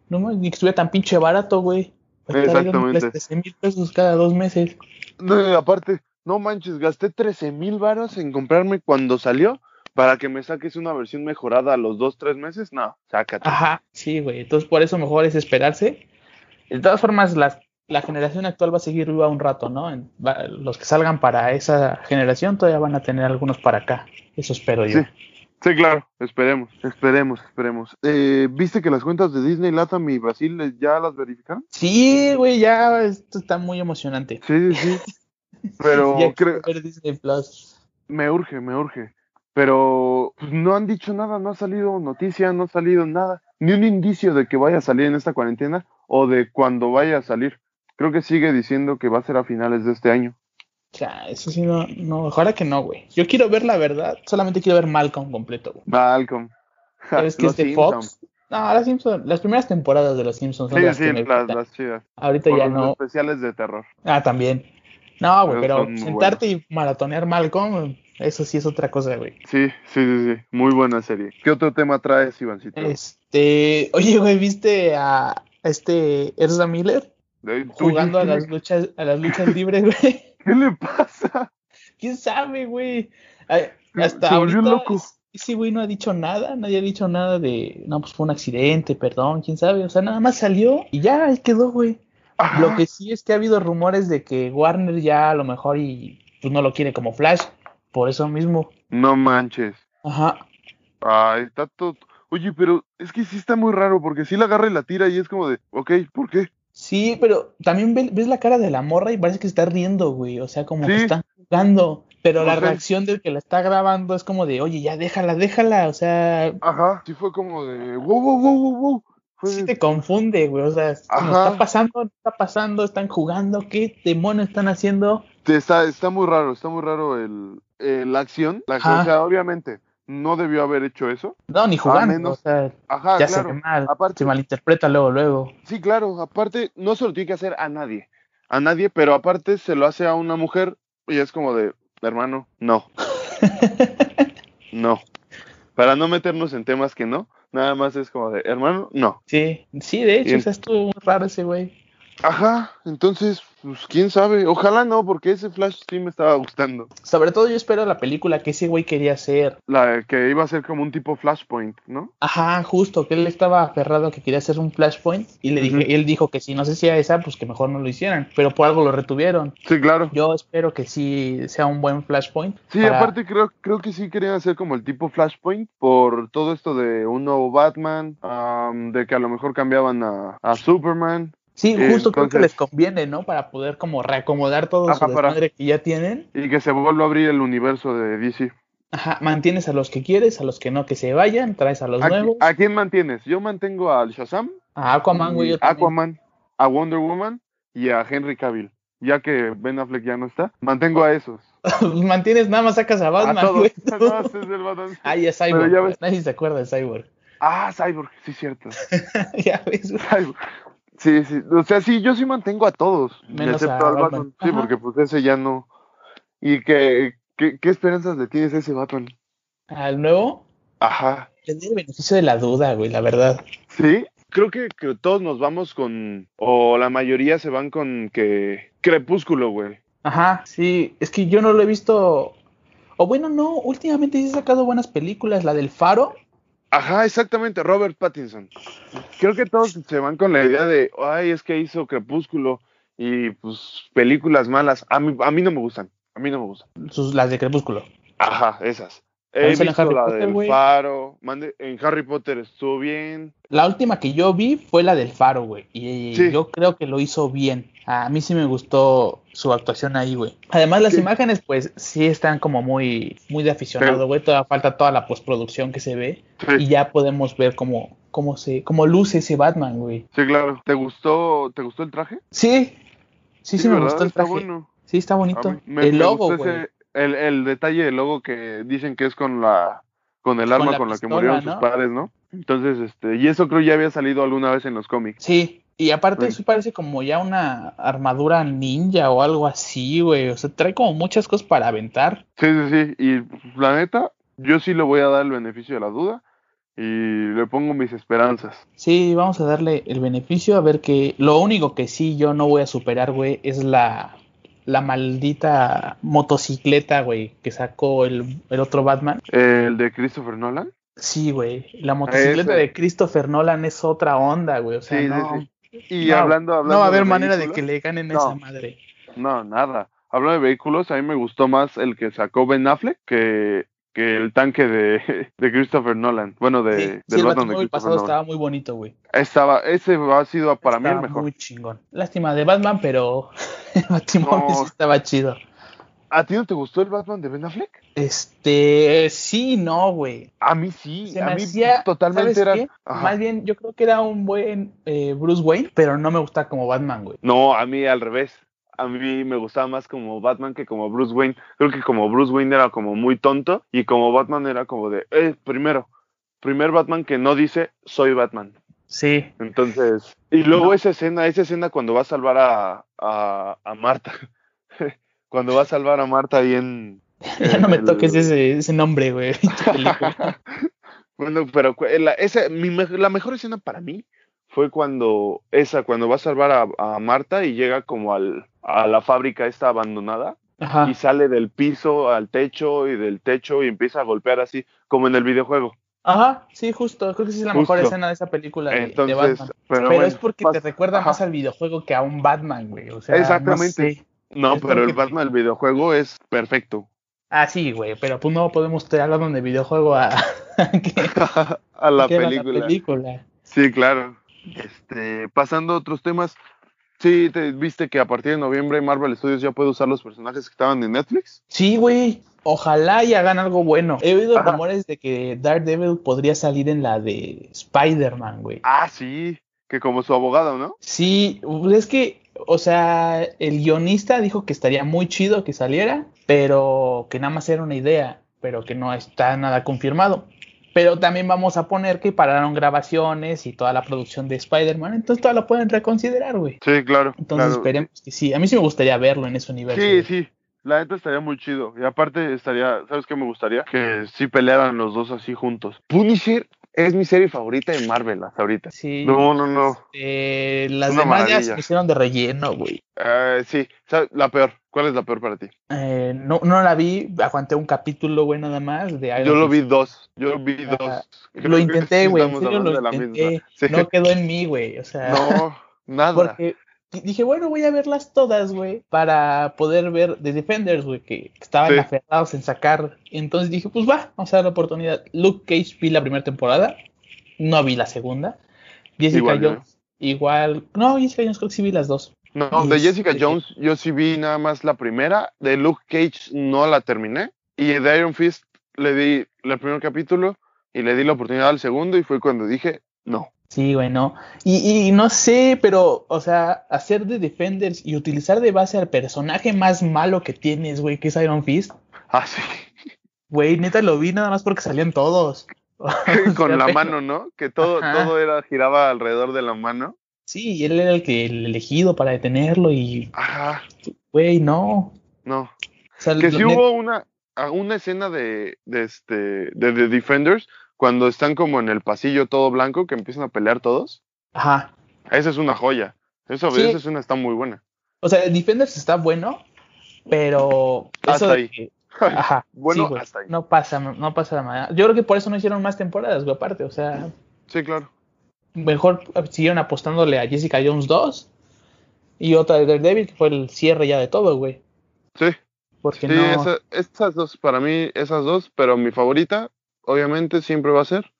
Speaker 2: no mames, ni que estuviera tan pinche barato, güey. Va a estar dando
Speaker 1: Exactamente.
Speaker 2: las 13 mil pesos cada dos meses.
Speaker 1: No, y aparte, no manches, gasté 13 mil varos en comprarme cuando salió para que me saques una versión mejorada a los 2, 3 meses. No, sácate.
Speaker 2: Ajá, sí, güey. Entonces por eso mejor es esperarse. De todas formas, las- la generación actual va a seguir viva un rato, ¿no? En- va- los que salgan para esa generación todavía van a tener algunos para acá. Eso espero yo.
Speaker 1: Sí. Sí, claro, esperemos, esperemos, esperemos. Eh, ¿Viste que las cuentas de Disney, Latam y Brasil eh, ya las verificaron?
Speaker 2: Sí, güey, ya esto está muy emocionante.
Speaker 1: Sí, sí, sí. Pero
Speaker 2: Ya
Speaker 1: creo,
Speaker 2: quiero ver Disney Plus.
Speaker 1: me urge, me urge. Pero pues, no han dicho nada, no ha salido noticia, no ha salido nada. Ni un indicio de que vaya a salir en esta cuarentena o de cuando vaya a salir. Creo que sigue diciendo que va a ser a finales de este año.
Speaker 2: Ya, eso sí, no, no, ahora que no, güey. Yo quiero ver la verdad, solamente quiero ver Malcolm completo, güey.
Speaker 1: Malcolm.
Speaker 2: Pero es que
Speaker 1: Los
Speaker 2: es de
Speaker 1: Simpson.
Speaker 2: Fox. No, las Simpson, las primeras temporadas de los Simpsons son
Speaker 1: Sí,
Speaker 2: las que
Speaker 1: sí,
Speaker 2: me
Speaker 1: las,
Speaker 2: gustan.
Speaker 1: las chidas.
Speaker 2: Ahorita
Speaker 1: Por
Speaker 2: ya
Speaker 1: los
Speaker 2: no.
Speaker 1: especiales de terror.
Speaker 2: Ah, también. No, güey,
Speaker 1: Esos
Speaker 2: pero
Speaker 1: son muy
Speaker 2: sentarte y maratonear Malcolm, eso sí es otra cosa, güey.
Speaker 1: Sí, sí, sí, sí. Muy buena serie. ¿Qué otro tema traes, Ivancito?
Speaker 2: Este, oye, güey, ¿viste a este Ezra Miller
Speaker 1: De- tú,
Speaker 2: jugando a
Speaker 1: ¿qué-
Speaker 2: las luchas, a las luchas libres, güey?
Speaker 1: ¿Qué le pasa?
Speaker 2: ¿Quién sabe, güey? Ay,
Speaker 1: Se-
Speaker 2: Hasta
Speaker 1: se volvió
Speaker 2: ahorita
Speaker 1: loco.
Speaker 2: es- ese güey no ha dicho nada, nadie ha dicho nada de, no, pues fue un accidente, perdón, quién sabe, o sea, nada más salió y ya ahí quedó, güey.
Speaker 1: Ajá.
Speaker 2: Lo que sí es que ha habido rumores de que Warner ya a lo mejor y tú no lo quiere como Flash, por eso mismo.
Speaker 1: No manches.
Speaker 2: Ajá.
Speaker 1: Ah, está todo. Oye, pero es que sí está muy raro porque sí la agarra y la tira y es como de, ok, ¿por qué?
Speaker 2: Sí, pero también ve- ves la cara de la morra y parece que está riendo, güey. O sea, como que
Speaker 1: Sí.
Speaker 2: están jugando. Pero
Speaker 1: O
Speaker 2: la
Speaker 1: sea-
Speaker 2: reacción del que la está grabando es como de, oye, ya déjala, déjala. O sea,
Speaker 1: Ajá. Sí fue como de, wow, wow, wow, wow, wow. Fue
Speaker 2: sí
Speaker 1: de-
Speaker 2: te confunde, güey. O sea, es como,
Speaker 1: Pues Ajá.
Speaker 2: está pasando, no está pasando, están jugando, ¿qué demonios están haciendo?
Speaker 1: te- está, está muy raro, está muy raro el, eh, la acción. La,
Speaker 2: Ajá.
Speaker 1: O sea, obviamente no debió haber hecho eso.
Speaker 2: No, ni jugando.
Speaker 1: Ah, menos-
Speaker 2: O sea,
Speaker 1: Ajá,
Speaker 2: ya se ve
Speaker 1: claro.
Speaker 2: mal.
Speaker 1: Aparte,
Speaker 2: Se malinterpreta luego, luego.
Speaker 1: sí, claro. Aparte, no se lo tiene que hacer a nadie. A nadie, pero aparte se lo hace a una mujer y es como de, hermano, no. No. Para no meternos en temas que no, nada más es como de, hermano, no.
Speaker 2: Sí, sí, de hecho,
Speaker 1: Bien.
Speaker 2: o sea, estuvo muy raro ese güey.
Speaker 1: Ajá, entonces, pues quién sabe. Ojalá no, porque ese Flash sí me estaba gustando.
Speaker 2: Sobre todo yo espero la película que ese güey quería hacer.
Speaker 1: La que iba a ser como un tipo Flashpoint, ¿no?
Speaker 2: Ajá, justo, que él estaba aferrado a que quería hacer un flashpoint y le dije,
Speaker 1: Ujú.
Speaker 2: y él dijo que si no se hacía esa, pues que mejor no lo hicieran, pero por algo lo retuvieron.
Speaker 1: Sí, claro.
Speaker 2: Yo espero que sí sea un buen flashpoint.
Speaker 1: Sí,
Speaker 2: para-
Speaker 1: aparte creo, creo que sí querían hacer como el tipo Flashpoint por todo esto de un nuevo Batman, am, de que a lo mejor cambiaban a, a Superman.
Speaker 2: Sí,
Speaker 1: eh,
Speaker 2: justo creo que
Speaker 1: entonces-
Speaker 2: les conviene, ¿no? Para poder como reacomodar todo
Speaker 1: Ajá,
Speaker 2: su
Speaker 1: para-
Speaker 2: desmadre que ya tienen.
Speaker 1: Y que se vuelva a abrir el universo de DC.
Speaker 2: Ajá, mantienes a los que quieres, a los que no que se vayan, traes a los
Speaker 1: ¿A,
Speaker 2: nuevos.
Speaker 1: a quién mantienes? Yo mantengo al Shazam,
Speaker 2: A Aquaman, güey,
Speaker 1: y
Speaker 2: yo también.
Speaker 1: Aquaman, a Wonder Woman y a Henry Cavill. Ya que Ben Affleck ya no está, mantengo a esos.
Speaker 2: Mantienes, nada más sacas a Batman,
Speaker 1: a todos.
Speaker 2: güey.
Speaker 1: A todos es el Batman.
Speaker 2: Ay, es
Speaker 1: Pero
Speaker 2: Cyborg,
Speaker 1: ya
Speaker 2: güey,
Speaker 1: ves-
Speaker 2: nadie se acuerda de Cyborg.
Speaker 1: Ah, Cyborg, sí, cierto.
Speaker 2: ya ves, güey.
Speaker 1: Cyborg. Sí, sí. O sea, sí, yo sí mantengo a todos.
Speaker 2: Menos
Speaker 1: excepto
Speaker 2: a
Speaker 1: al Batman.
Speaker 2: Batman.
Speaker 1: Sí,
Speaker 2: Ajá.
Speaker 1: porque pues ese ya no. ¿Y qué, qué, qué esperanzas le tienes a ese Batman?
Speaker 2: Al nuevo,
Speaker 1: Ajá.
Speaker 2: le doy el beneficio de la duda, güey, la verdad.
Speaker 1: Sí. Creo que, que todos nos vamos con. O la mayoría se van con que. Crepúsculo, güey.
Speaker 2: Ajá, sí, es que yo no lo he visto. O bueno, no, últimamente sí he sacado buenas películas, la del Faro.
Speaker 1: Ajá, exactamente, Robert Pattinson. Creo que todos se van con la idea de, ay, es que hizo Crepúsculo y pues películas malas. A mí, a mí no me gustan, a mí no me gustan.
Speaker 2: sus- las de Crepúsculo.
Speaker 1: Ajá, esas. He
Speaker 2: Sale en
Speaker 1: visto
Speaker 2: Harry
Speaker 1: la
Speaker 2: Potter,
Speaker 1: del
Speaker 2: güey.
Speaker 1: faro. mande- en Harry Potter estuvo bien.
Speaker 2: La última que yo vi fue la del faro, güey. Y
Speaker 1: Sí.
Speaker 2: yo creo que lo hizo bien. A mí sí me gustó su actuación ahí, güey. Además, las
Speaker 1: Sí.
Speaker 2: imágenes, pues, sí están como muy, muy de aficionado,
Speaker 1: Pero-
Speaker 2: güey. Todavía falta toda la postproducción que se ve.
Speaker 1: Sí,
Speaker 2: Y ya podemos ver cómo, cómo se, cómo luce ese Batman, güey.
Speaker 1: sí, claro. ¿Te gustó, ¿Te gustó el traje?
Speaker 2: Sí, sí, sí, me
Speaker 1: ¿verdad?
Speaker 2: gustó el
Speaker 1: Está
Speaker 2: traje.
Speaker 1: bueno.
Speaker 2: Sí, está
Speaker 1: A
Speaker 2: bonito.
Speaker 1: mí- me-
Speaker 2: el
Speaker 1: me
Speaker 2: logo,
Speaker 1: gustó
Speaker 2: güey.
Speaker 1: ese- El, el detalle del logo que dicen que es con la con el
Speaker 2: Con
Speaker 1: arma con la,
Speaker 2: la pistola,
Speaker 1: que murieron
Speaker 2: ¿no?
Speaker 1: sus padres, ¿no? Entonces, este, y eso creo ya había salido alguna vez en los cómics.
Speaker 2: Sí, y aparte
Speaker 1: Sí.
Speaker 2: sí parece como ya una armadura ninja o algo así, güey. O sea, trae como muchas cosas para aventar.
Speaker 1: Sí, sí, sí. Y la neta, yo sí le voy a dar el beneficio de la duda y le pongo mis esperanzas.
Speaker 2: Sí, vamos a darle el beneficio a ver que lo único que sí yo no voy a superar, güey, es la, la maldita motocicleta, güey, que sacó el, el otro Batman.
Speaker 1: El de Christopher Nolan.
Speaker 2: Sí, güey,
Speaker 1: Ah,
Speaker 2: la motocicleta
Speaker 1: Ese.
Speaker 2: de Christopher Nolan es otra onda, güey. O sea,
Speaker 1: Sí, sí,
Speaker 2: no,
Speaker 1: sí. Y
Speaker 2: no,
Speaker 1: hablando, hablando
Speaker 2: no va a haber
Speaker 1: de
Speaker 2: manera de
Speaker 1: vehículos-
Speaker 2: que le ganen
Speaker 1: No.
Speaker 2: esa madre.
Speaker 1: No, nada. Hablo de vehículos, a mí me gustó más el que sacó Ben Affleck que, que el tanque de, de Christopher Nolan. Bueno, de,
Speaker 2: Sí,
Speaker 1: del
Speaker 2: sí, el
Speaker 1: Batman de
Speaker 2: Batmóvil
Speaker 1: Christopher
Speaker 2: pasado
Speaker 1: Nolan.
Speaker 2: estaba muy bonito, güey.
Speaker 1: Estaba, ese ha sido para mí el
Speaker 2: Estaba
Speaker 1: mejor.
Speaker 2: muy chingón. Lástima de Batman, pero el Batmóvil
Speaker 1: No.
Speaker 2: sí estaba chido.
Speaker 1: ¿A ti no te gustó el Batman de Ben Affleck?
Speaker 2: Este, sí, no, güey.
Speaker 1: A mí sí,
Speaker 2: Se
Speaker 1: a
Speaker 2: me
Speaker 1: mí
Speaker 2: hacía,
Speaker 1: totalmente
Speaker 2: ¿sabes
Speaker 1: era.
Speaker 2: qué?
Speaker 1: Ajá.
Speaker 2: Más bien, yo creo que era un buen eh, Bruce Wayne, pero no me gusta como Batman, güey.
Speaker 1: No, a mí al revés. A mí me gustaba más como Batman que como Bruce Wayne. Creo que como Bruce Wayne era como muy tonto y como Batman era como de, eh, primero, primer Batman que no dice soy Batman.
Speaker 2: Sí.
Speaker 1: Entonces, y luego
Speaker 2: No.
Speaker 1: esa escena, esa escena cuando va a salvar a, a, a Marta. cuando va a salvar a Marta ahí en...
Speaker 2: Ya no me
Speaker 1: el-
Speaker 2: toques ese, ese nombre, güey. Pinche película.
Speaker 1: Bueno, pero cu- la, esa, mi me- la mejor escena para mí fue cuando esa, cuando va a salvar a, a Marta y llega como al, a la fábrica esta abandonada
Speaker 2: Ajá.
Speaker 1: y sale del piso al techo y del techo y empieza a golpear así, como en el videojuego.
Speaker 2: Ajá, sí, justo. Creo que sí es la mejor
Speaker 1: Justo.
Speaker 2: escena de esa película de, de
Speaker 1: Entonces,
Speaker 2: Batman.
Speaker 1: pero,
Speaker 2: Pero,
Speaker 1: bueno,
Speaker 2: es porque
Speaker 1: pas-
Speaker 2: te recuerda
Speaker 1: ajá.
Speaker 2: más al videojuego que a un Batman, güey. O sea, no
Speaker 1: Exactamente.
Speaker 2: sé.
Speaker 1: No,
Speaker 2: es
Speaker 1: pero
Speaker 2: porque
Speaker 1: el Batman del videojuego es perfecto.
Speaker 2: Ah, sí, güey, pero pues no podemos estar hablando de videojuego a, a que,
Speaker 1: a la
Speaker 2: que era la
Speaker 1: película.
Speaker 2: película.
Speaker 1: Sí, claro. Este, pasando a otros temas, sí, te viste que a partir de noviembre Marvel Studios ya puede usar los personajes que estaban en Netflix.
Speaker 2: Sí, güey, ojalá y hagan algo bueno. He oído
Speaker 1: Ajá.
Speaker 2: rumores de que Daredevil podría salir en la de Spider-Man, güey.
Speaker 1: Ah, sí, que como su abogado, ¿no?
Speaker 2: Sí, pues es que, o sea, el guionista dijo que estaría muy chido que saliera, pero que nada más era una idea, pero que no está nada confirmado. Pero también vamos a poner que pararon grabaciones y toda la producción de Spider-Man, entonces todavía lo pueden reconsiderar, güey.
Speaker 1: Sí, claro.
Speaker 2: Entonces
Speaker 1: claro.
Speaker 2: esperemos que sí. A mí sí me gustaría verlo en ese universo.
Speaker 1: Sí,
Speaker 2: güey.
Speaker 1: sí. La neta estaría muy chido. Y aparte estaría, ¿sabes qué me gustaría? Que sí pelearan los dos así juntos. Punisher es mi serie favorita de Marvel hasta ahorita.
Speaker 2: Sí.
Speaker 1: No, no, no.
Speaker 2: Eh, las
Speaker 1: Una
Speaker 2: demás ya se
Speaker 1: maravilla.
Speaker 2: me hicieron de relleno, güey.
Speaker 1: Eh, sí, ¿sabes? la peor. ¿Cuál es la peor para ti?
Speaker 2: Eh, no, no la vi, aguanté un capítulo, güey, nada más. De Iron
Speaker 1: Yo lo
Speaker 2: Fist.
Speaker 1: vi dos. Yo lo vi
Speaker 2: Ah,
Speaker 1: dos. Creo
Speaker 2: Lo
Speaker 1: que
Speaker 2: intenté,
Speaker 1: sí
Speaker 2: güey. En
Speaker 1: estamos
Speaker 2: serio
Speaker 1: hablando
Speaker 2: lo
Speaker 1: de la misma.
Speaker 2: intenté.
Speaker 1: Sí.
Speaker 2: No quedó en mí, güey. O sea,
Speaker 1: No, nada.
Speaker 2: porque di- dije, bueno, voy a verlas todas, güey, para poder ver The Defenders, güey, que que estaban
Speaker 1: Sí.
Speaker 2: aferrados en sacar. Entonces dije, pues va, vamos a dar la oportunidad. Luke Cage vi la primera temporada, no vi la segunda. Jessica
Speaker 1: Igual, ¿no?
Speaker 2: Jones, igual. No, Jessica Jones creo que sí vi las dos.
Speaker 1: No, de
Speaker 2: Y
Speaker 1: Jessica
Speaker 2: este-
Speaker 1: Jones yo sí vi nada más la primera, de Luke Cage no la terminé y de Iron Fist le di el primer capítulo y le di la oportunidad al segundo y fue cuando dije, no.
Speaker 2: Sí, güey, no. Y, y no sé, pero, o sea, hacer de Defenders y utilizar de base al personaje más malo que tienes, güey, que es Iron Fist.
Speaker 1: Ah, sí,
Speaker 2: Güey, neta lo vi nada más porque salían todos. O sea,
Speaker 1: con la
Speaker 2: pero-
Speaker 1: mano, ¿no? Que todo
Speaker 2: Ajá.
Speaker 1: todo era giraba alrededor de la mano.
Speaker 2: Sí, y él era el que el elegido para detenerlo y,
Speaker 1: Ajá.
Speaker 2: güey, no.
Speaker 1: No.
Speaker 2: O sea,
Speaker 1: Que
Speaker 2: lo-
Speaker 1: sí
Speaker 2: net-
Speaker 1: hubo una a- una escena de de este de The Defenders cuando están como en el pasillo todo blanco que empiezan a pelear todos.
Speaker 2: Ajá.
Speaker 1: Esa es una joya. Eso,
Speaker 2: Sí.
Speaker 1: esa escena está muy buena.
Speaker 2: O sea, Defenders está bueno, pero eso
Speaker 1: Hasta
Speaker 2: de
Speaker 1: ahí.
Speaker 2: que- Ajá,
Speaker 1: Bueno,
Speaker 2: sí, güey,
Speaker 1: hasta ahí.
Speaker 2: no pasa, no pasa la manera. Yo creo que por eso no hicieron más temporadas, güey, aparte, o sea,
Speaker 1: Sí, claro.
Speaker 2: mejor siguieron apostándole a Jessica Jones 2 y otra de Daredevil, que fue el cierre ya de todo, güey.
Speaker 1: Sí.
Speaker 2: Porque
Speaker 1: Sí,
Speaker 2: no.
Speaker 1: esa- esas dos, para mí, esas dos, pero mi favorita, obviamente, siempre va a ser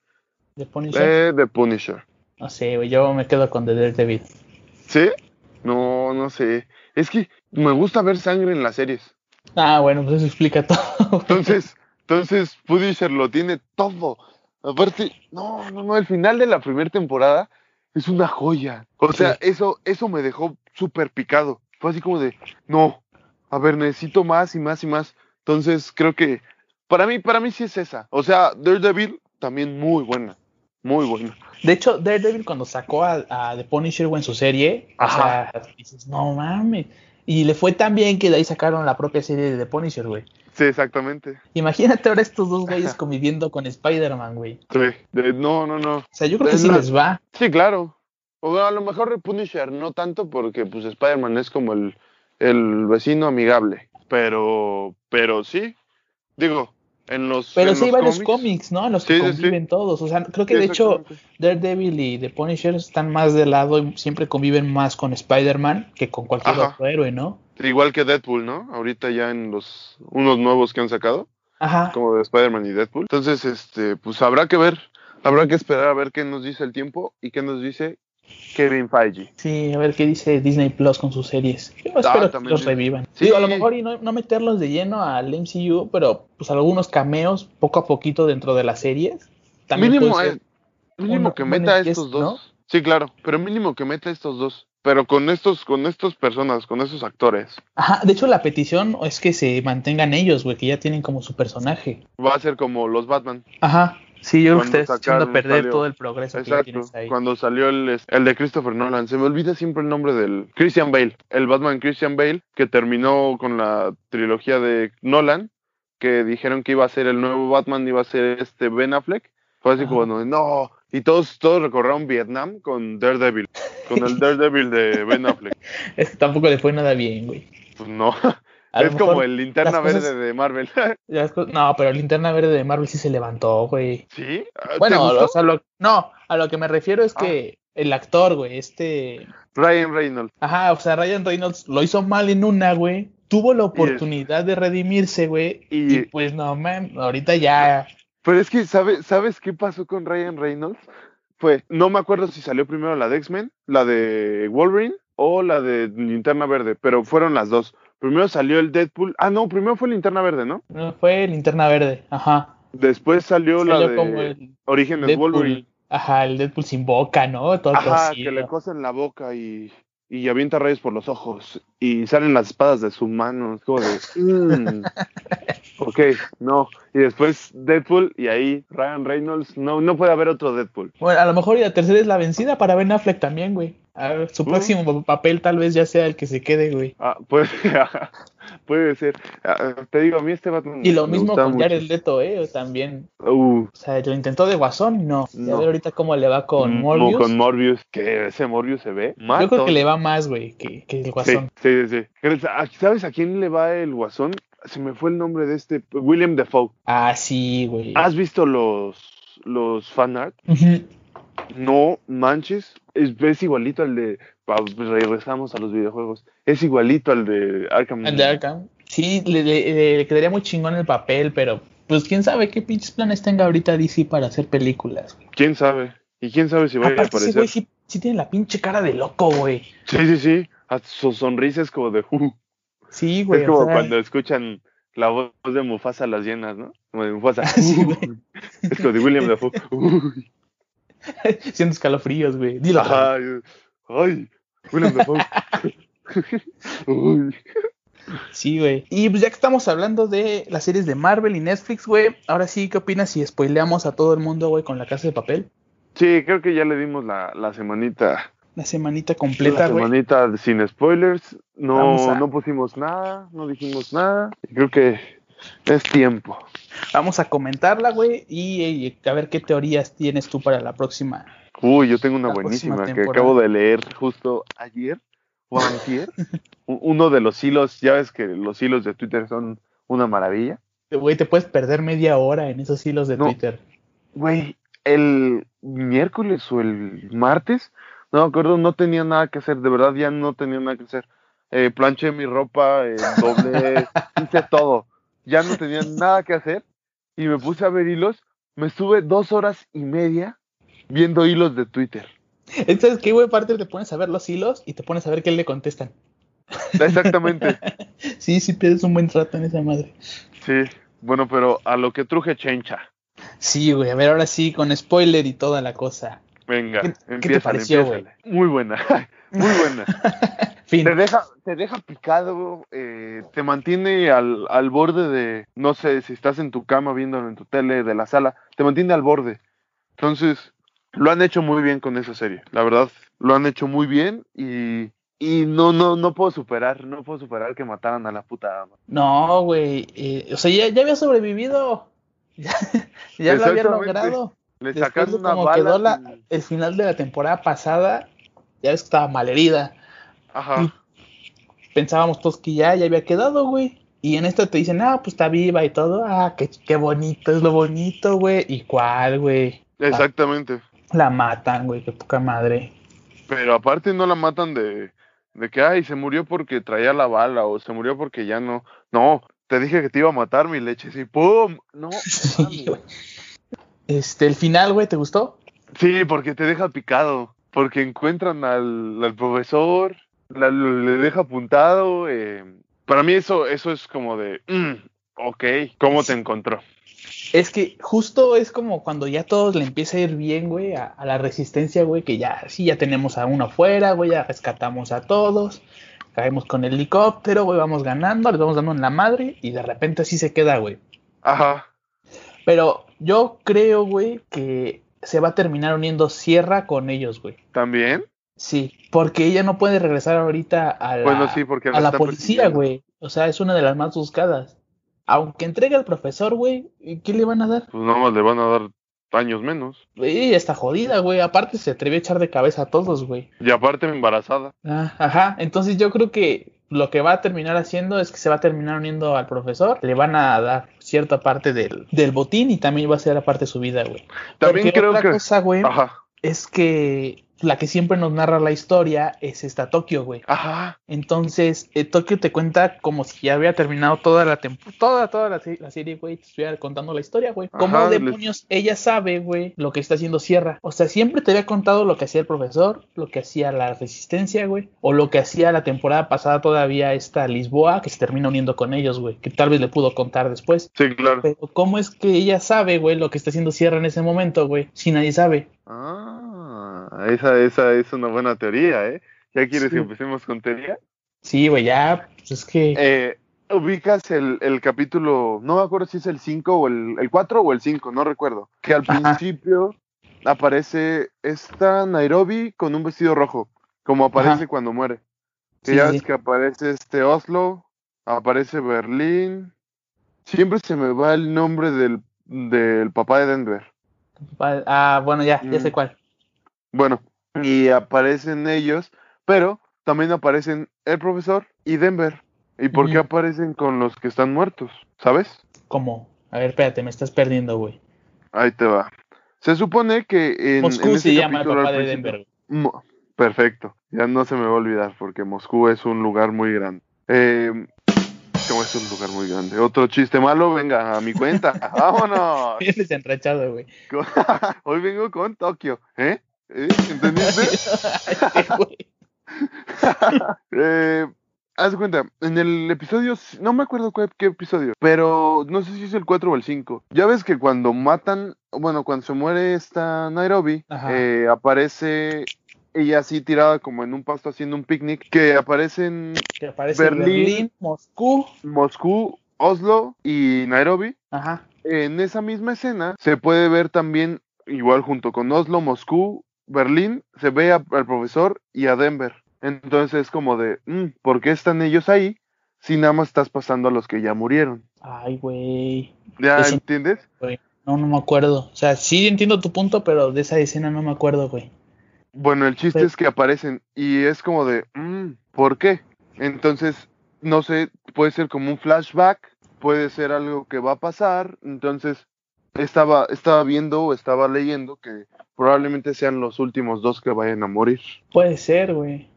Speaker 2: The Punisher.
Speaker 1: eh, The Punisher.
Speaker 2: No sé, güey, yo me quedo con The Daredevil.
Speaker 1: ¿Sí? No, no sé. Es que me gusta ver sangre en las series.
Speaker 2: Ah, bueno, pues eso explica todo.
Speaker 1: Entonces, entonces Punisher lo tiene todo. Aparte, no, no, no, el final de la primera temporada es una joya. O sea,
Speaker 2: Sí.
Speaker 1: eso, eso me dejó súper picado. Fue así como de, no, a ver, necesito más y más y más. Entonces, creo que para mí, para mí sí es esa. O sea, Daredevil también muy buena, muy buena.
Speaker 2: De hecho, Daredevil cuando sacó a, a The Punisher güey, en su serie,
Speaker 1: Ajá.
Speaker 2: o sea, dices, no mames. Y le fue tan bien que de ahí sacaron la propia serie de The Punisher, güey.
Speaker 1: Sí, exactamente.
Speaker 2: Imagínate ahora estos dos güeyes conviviendo con Spider-Man, güey.
Speaker 1: Sí. De- no, no, no.
Speaker 2: O sea, yo creo que
Speaker 1: Es
Speaker 2: sí
Speaker 1: la-
Speaker 2: les va.
Speaker 1: Sí, claro. O a lo mejor el Punisher no tanto porque pues Spider-Man es como el, el vecino amigable. Pero, pero sí. Digo, en los
Speaker 2: Pero
Speaker 1: en
Speaker 2: sí hay
Speaker 1: los
Speaker 2: varios cómics, ¿no? En los que
Speaker 1: Sí, sí, sí.
Speaker 2: conviven todos. O sea, creo que
Speaker 1: Sí,
Speaker 2: de hecho
Speaker 1: exactamente.
Speaker 2: Daredevil y The Punisher están más de lado y siempre conviven más con Spider-Man que con cualquier
Speaker 1: Ajá.
Speaker 2: otro héroe, ¿no?
Speaker 1: Igual que Deadpool, ¿no? Ahorita ya en los unos nuevos que han sacado,
Speaker 2: Ajá.
Speaker 1: como de Spider-Man y Deadpool. Entonces, este, pues habrá que ver, habrá que esperar a ver qué nos dice el tiempo y qué nos dice Kevin Feige.
Speaker 2: Sí, a ver qué dice Disney Plus con sus series. Yo espero que
Speaker 1: Ah, también
Speaker 2: los
Speaker 1: sí.
Speaker 2: revivan.
Speaker 1: Sí.
Speaker 2: Digo, a lo mejor y no, no meterlos de lleno al MCU, pero pues algunos cameos poco a poquito dentro de las series. También
Speaker 1: mínimo,
Speaker 2: puede
Speaker 1: eh,
Speaker 2: ser.
Speaker 1: mínimo
Speaker 2: un-
Speaker 1: que
Speaker 2: un
Speaker 1: meta a
Speaker 2: buen
Speaker 1: estos
Speaker 2: guest,
Speaker 1: dos.
Speaker 2: ¿no?
Speaker 1: Sí, claro, pero mínimo que meta a estos dos. Pero con estos, con estas personas, con esos actores,
Speaker 2: Ajá, de hecho la petición es que se mantengan ellos, güey, que ya tienen como su personaje.
Speaker 1: va a ser como los Batman.
Speaker 2: Ajá. Sí, yo creo que
Speaker 1: Cuando
Speaker 2: te estás echando a
Speaker 1: sacaron,
Speaker 2: perder
Speaker 1: salió.
Speaker 2: todo el progreso que ya
Speaker 1: Exacto.
Speaker 2: tienes ahí.
Speaker 1: Cuando salió el, el de Christopher Nolan, se me olvida siempre el nombre del Christian Bale, el Batman Christian Bale, que terminó con la trilogía de Nolan, que dijeron que iba a ser el nuevo Batman, iba a ser este Ben Affleck. Fue así
Speaker 2: Ajá.
Speaker 1: como, no. Y todos, todos recorrieron Vietnam con Daredevil, con el Daredevil de Ben Affleck.
Speaker 2: Es que Este tampoco le fue nada bien, güey.
Speaker 1: Pues no.
Speaker 2: A lo
Speaker 1: es como
Speaker 2: mejor
Speaker 1: el linterna
Speaker 2: las cosas-
Speaker 1: verde de Marvel.
Speaker 2: las cosas- No, pero Linterna Verde de Marvel sí se levantó, güey.
Speaker 1: ¿Sí? Ah, ¿Te
Speaker 2: Bueno,
Speaker 1: gustó? Ah.
Speaker 2: o sea, lo- no, a lo que me refiero es que el actor, güey, este...
Speaker 1: Ryan Reynolds.
Speaker 2: Ajá, o sea, Ryan Reynolds lo hizo mal en una, güey. Tuvo la oportunidad de redimirse, güey. Y,
Speaker 1: Y-
Speaker 2: pues no, man, ahorita ya...
Speaker 1: Pero es que, ¿sabe, ¿sabes qué pasó con Ryan Reynolds? Fue, no me acuerdo si salió primero la de X-Men, la de Wolverine o la de Linterna Verde, pero fueron las dos. Primero salió el Deadpool. Ah, no, primero fue Linterna Verde, ¿no?
Speaker 2: no, Fue Linterna Verde, ajá.
Speaker 1: Después salió, la
Speaker 2: Salió
Speaker 1: de
Speaker 2: como el
Speaker 1: Orígenes
Speaker 2: Deadpool.
Speaker 1: Wolverine.
Speaker 2: Ajá, el Deadpool sin boca, ¿no? Todo
Speaker 1: Ajá,
Speaker 2: torcido.
Speaker 1: que le cosen la boca y, y avienta rayos por los ojos y salen las espadas de sus manos. Como de, mm, ok, no. Y después Deadpool y ahí Ryan Reynolds. No, no puede haber otro Deadpool.
Speaker 2: Bueno, a lo mejor y la tercera es la vencida para Ben Affleck también, güey. A ver, su
Speaker 1: Uh.
Speaker 2: próximo pa- papel tal vez ya sea el que se quede, güey.
Speaker 1: Ah, pues, puede ser. Ah, te digo, a mí este Batman.
Speaker 2: Y lo
Speaker 1: me
Speaker 2: mismo
Speaker 1: gustaba
Speaker 2: con
Speaker 1: mucho.
Speaker 2: Jared Leto, eh, también.
Speaker 1: Uh,
Speaker 2: O sea, lo intentó de Guasón, no. Ya
Speaker 1: No.
Speaker 2: ver ahorita cómo le va con
Speaker 1: mm,
Speaker 2: Morbius.
Speaker 1: Con Morbius, que ese Morbius se ve.
Speaker 2: Yo creo
Speaker 1: matón.
Speaker 2: que le va más, güey, que, que el
Speaker 1: Sí,
Speaker 2: Guasón.
Speaker 1: sí, sí. sí. Ah, ¿Sabes a quién le va el guasón? Se me fue el nombre de este. William Defoe.
Speaker 2: Ah, sí, güey.
Speaker 1: ¿Has visto los, los fanart?
Speaker 2: Ujú.
Speaker 1: No manches, es, es igualito al de. pa- pues, Regresamos a los videojuegos. Es igualito al de Arkham.
Speaker 2: El de Arkham. Sí, le, le- le- le quedaría muy chingón el papel, pero pues quién sabe qué pinches planes tenga ahorita DC para hacer películas. güey.
Speaker 1: ¿Quién sabe? ¿Y quién sabe si va a
Speaker 2: Aparte, ese
Speaker 1: aparecer?
Speaker 2: güey
Speaker 1: Sí,
Speaker 2: sí, sí tiene la pinche cara de loco, güey.
Speaker 1: sí, sí. A su sonrisa es como de. "Uh".
Speaker 2: Sí, güey.
Speaker 1: es
Speaker 2: o
Speaker 1: como
Speaker 2: sea,
Speaker 1: cuando escuchan la voz de Mufasa a las llenas, ¿no? Como de Mufasa.
Speaker 2: Sí, güey.
Speaker 1: "Uh". es como de William Dafoe. "Uy".
Speaker 2: Siento escalofríos, güey. Dilo.
Speaker 1: Ay, ay, William Dafoe. Uy.
Speaker 2: Sí, güey. Y pues ya que estamos hablando de las series de Marvel y Netflix, güey, ahora sí, ¿qué opinas si spoileamos a todo el mundo, güey, con la casa de papel?
Speaker 1: Sí, creo que ya le dimos la, la semanita.
Speaker 2: La semanita
Speaker 1: La
Speaker 2: completa, güey.
Speaker 1: semanita sin spoilers.
Speaker 2: Vamos
Speaker 1: No,
Speaker 2: a-
Speaker 1: no pusimos nada, no dijimos nada. Y Creo que es tiempo.
Speaker 2: Vamos a comentarla, güey, y, y a ver qué teorías tienes tú para la próxima.
Speaker 1: Uy, yo tengo una
Speaker 2: La próxima
Speaker 1: buenísima que
Speaker 2: temporada.
Speaker 1: acabo de leer justo ayer o antier. U- Uno de los hilos, ya ves que los hilos de Twitter son una maravilla.
Speaker 2: Güey, te puedes perder media hora en esos hilos de
Speaker 1: No.
Speaker 2: Twitter.
Speaker 1: Güey, el miércoles o el martes, no me acuerdo, no tenía nada que hacer, de verdad ya no tenía nada que hacer. eh, planché mi ropa, eh, doblé, hice todo. Ya no tenía nada que hacer y me puse a ver hilos. Me estuve dos horas y media viendo hilos de Twitter.
Speaker 2: Entonces, qué güey? Parte te pones a ver los hilos y te pones a ver qué le contestan.
Speaker 1: Exactamente.
Speaker 2: Sí, sí, pierdes un buen rato en esa madre.
Speaker 1: Sí, bueno, pero a lo que truje Chencha.
Speaker 2: Sí, güey, a ver, ahora sí, con spoiler y toda la cosa.
Speaker 1: Venga,
Speaker 2: ¿Qué- qué te
Speaker 1: empiézale,
Speaker 2: pareció, güey?
Speaker 1: empiézale. Muy buena, muy buena.
Speaker 2: Fin.
Speaker 1: Te deja, te deja picado, eh, te mantiene al, al borde de, no sé, si estás en tu cama viéndolo en tu tele, de la sala, te mantiene al borde. Entonces, lo han hecho muy bien con esa serie, la verdad, lo han hecho muy bien y, y no, no, no puedo superar, no puedo superar que mataran a la puta ama.
Speaker 2: No, güey. eh, o sea, ya, ya había sobrevivido. Ya, ya lo había
Speaker 1: Exactamente.
Speaker 2: logrado.
Speaker 1: Le
Speaker 2: Después
Speaker 1: sacaron
Speaker 2: de
Speaker 1: una
Speaker 2: como
Speaker 1: bala.
Speaker 2: quedó la-
Speaker 1: y-
Speaker 2: el final de la temporada pasada, ya ves que estaba malherida.
Speaker 1: Ajá,
Speaker 2: Pensábamos todos que ya, ya había quedado, güey. Y en esta te dicen, ah, pues está viva y todo. Ah, qué, qué bonito, es lo bonito, güey. ¿Y cuál, güey? Ah,
Speaker 1: exactamente.
Speaker 2: La matan, güey, qué poca madre.
Speaker 1: Pero aparte no la matan de, de que, ay, se murió porque traía la bala o se murió porque ya no. No, te dije que te iba a matar mi leche, sí, ¡pum! No.
Speaker 2: Sí,
Speaker 1: mames.
Speaker 2: güey. Este, el final, güey, ¿te gustó?
Speaker 1: Sí, porque te deja picado, porque encuentran al, al profesor, la- lo- le deja apuntado. eh. Para mí eso, eso es como de, mm, ok, ¿cómo te encontró?
Speaker 2: Es que justo es como cuando ya todos le empieza a ir bien, güey, a, a la resistencia, güey, que ya sí, ya tenemos a uno afuera, güey, ya rescatamos a todos, caemos con el helicóptero, güey, vamos ganando, les vamos dando en la madre y de repente así se queda, güey.
Speaker 1: Ajá,
Speaker 2: Pero yo creo, güey, que se va a terminar uniendo Sierra con ellos, güey.
Speaker 1: ¿también?
Speaker 2: Sí, porque ella no puede regresar ahorita a la,
Speaker 1: Bueno, sí, porque la
Speaker 2: a la
Speaker 1: están
Speaker 2: policía,
Speaker 1: persiguiendo.
Speaker 2: güey. O sea, es una de las más buscadas. Aunque entregue al profesor, güey, ¿qué le van a dar?
Speaker 1: Pues nada más le van a dar años menos.
Speaker 2: Güey, está jodida, güey. Aparte se atreve a echar de cabeza a todos, güey.
Speaker 1: Y aparte embarazada.
Speaker 2: Ah, ajá. Entonces yo creo que lo que va a terminar haciendo es que se va a terminar uniendo al profesor. Le van a dar cierta parte del, del botín y también va a ser aparte su vida, güey.
Speaker 1: También
Speaker 2: Porque
Speaker 1: creo
Speaker 2: otra
Speaker 1: que...
Speaker 2: cosa, ¿eh? güey,
Speaker 1: Ajá,
Speaker 2: es que la que siempre nos narra la historia es esta Tokio, güey.
Speaker 1: ajá.
Speaker 2: Entonces, eh, Tokio te cuenta como si ya había terminado toda la temporada, toda, toda la, se- la serie, güey, te estuviera contando la historia, güey. ¿Cómo
Speaker 1: Ajá, les-
Speaker 2: demonios ella sabe, güey, lo que está haciendo Sierra? O sea, siempre te había contado lo que hacía el profesor, lo que hacía la Resistencia, güey, o lo que hacía la temporada pasada todavía esta Lisboa, que se termina uniendo con ellos, güey, que tal vez le pudo contar después.
Speaker 1: Sí, claro.
Speaker 2: Pero, ¿cómo es que ella sabe, güey, lo que está haciendo Sierra en ese momento, güey, si nadie sabe?
Speaker 1: Ah, esa, esa es una buena teoría, ¿eh? ¿Ya quieres
Speaker 2: Sí.
Speaker 1: que empecemos con teoría?
Speaker 2: Sí, güey, ya, pues es que...
Speaker 1: Eh, ubicas el, el capítulo, no me acuerdo si es el 5 o el, el 4 o el 5, no recuerdo. Que al
Speaker 2: Ajá.
Speaker 1: principio aparece esta Nairobi con un vestido rojo, como aparece
Speaker 2: Ajá.
Speaker 1: cuando muere. Que
Speaker 2: Sí,
Speaker 1: ya
Speaker 2: sí,
Speaker 1: ves
Speaker 2: sí.
Speaker 1: que aparece este Oslo, aparece Berlín. Siempre se me va el nombre del, del papá de Denver.
Speaker 2: Ah, bueno, ya, ya sé
Speaker 1: Eh, Mm.
Speaker 2: cuál.
Speaker 1: Bueno, y aparecen ellos, pero también aparecen el profesor y Denver. ¿Y por qué
Speaker 2: Ujú.
Speaker 1: aparecen con los que están muertos? ¿Sabes?
Speaker 2: ¿Cómo? A ver, espérate, me estás perdiendo, güey.
Speaker 1: Ahí te va. Se supone que en,
Speaker 2: Moscú
Speaker 1: en
Speaker 2: se
Speaker 1: ese
Speaker 2: llama el
Speaker 1: capítulo
Speaker 2: papá
Speaker 1: al
Speaker 2: de
Speaker 1: principio-
Speaker 2: Denver. güey.
Speaker 1: Mo- Perfecto, ya no se me va a olvidar porque Moscú es un lugar muy grande. Eh, ¿Cómo es un lugar muy grande? Otro chiste malo, venga, a mi cuenta. ¡Vámonos!
Speaker 2: Vienes enrachado, güey.
Speaker 1: Con- Hoy vengo con Tokio, ¿eh? ¿Eh? ¿Entendiste?
Speaker 2: Ay, güey.
Speaker 1: Eh, haz de cuenta, en el episodio, no me acuerdo cuál- qué episodio, pero no sé si es el 4 o el 5. Ya ves que cuando matan, bueno, cuando se muere esta Nairobi,
Speaker 2: Ajá.
Speaker 1: eh, aparece ella así tirada como en un pasto haciendo un picnic, que aparecen
Speaker 2: Que aparece
Speaker 1: Berlín.
Speaker 2: Berlín. Moscú.
Speaker 1: Moscú, Oslo y Nairobi.
Speaker 2: Ajá.
Speaker 1: En esa misma escena se puede ver también, igual junto con Oslo, Moscú, Berlín, se ve a- al profesor y a Denver. Entonces es como de, mm, ¿por qué están ellos ahí si nada más estás pasando a los que ya murieron?
Speaker 2: Ay, güey.
Speaker 1: ¿Ya
Speaker 2: Eso-
Speaker 1: entiendes?
Speaker 2: No, no me acuerdo. O sea, sí entiendo tu punto, pero de esa escena no me acuerdo, güey.
Speaker 1: Bueno, el chiste
Speaker 2: Pero-
Speaker 1: es que aparecen y es como de, mm, ¿por qué? Entonces, no sé, puede ser como un flashback, puede ser algo que va a pasar. Entonces, estaba, estaba viendo o estaba leyendo que probablemente sean los últimos dos que vayan a morir.
Speaker 2: Puede ser, güey.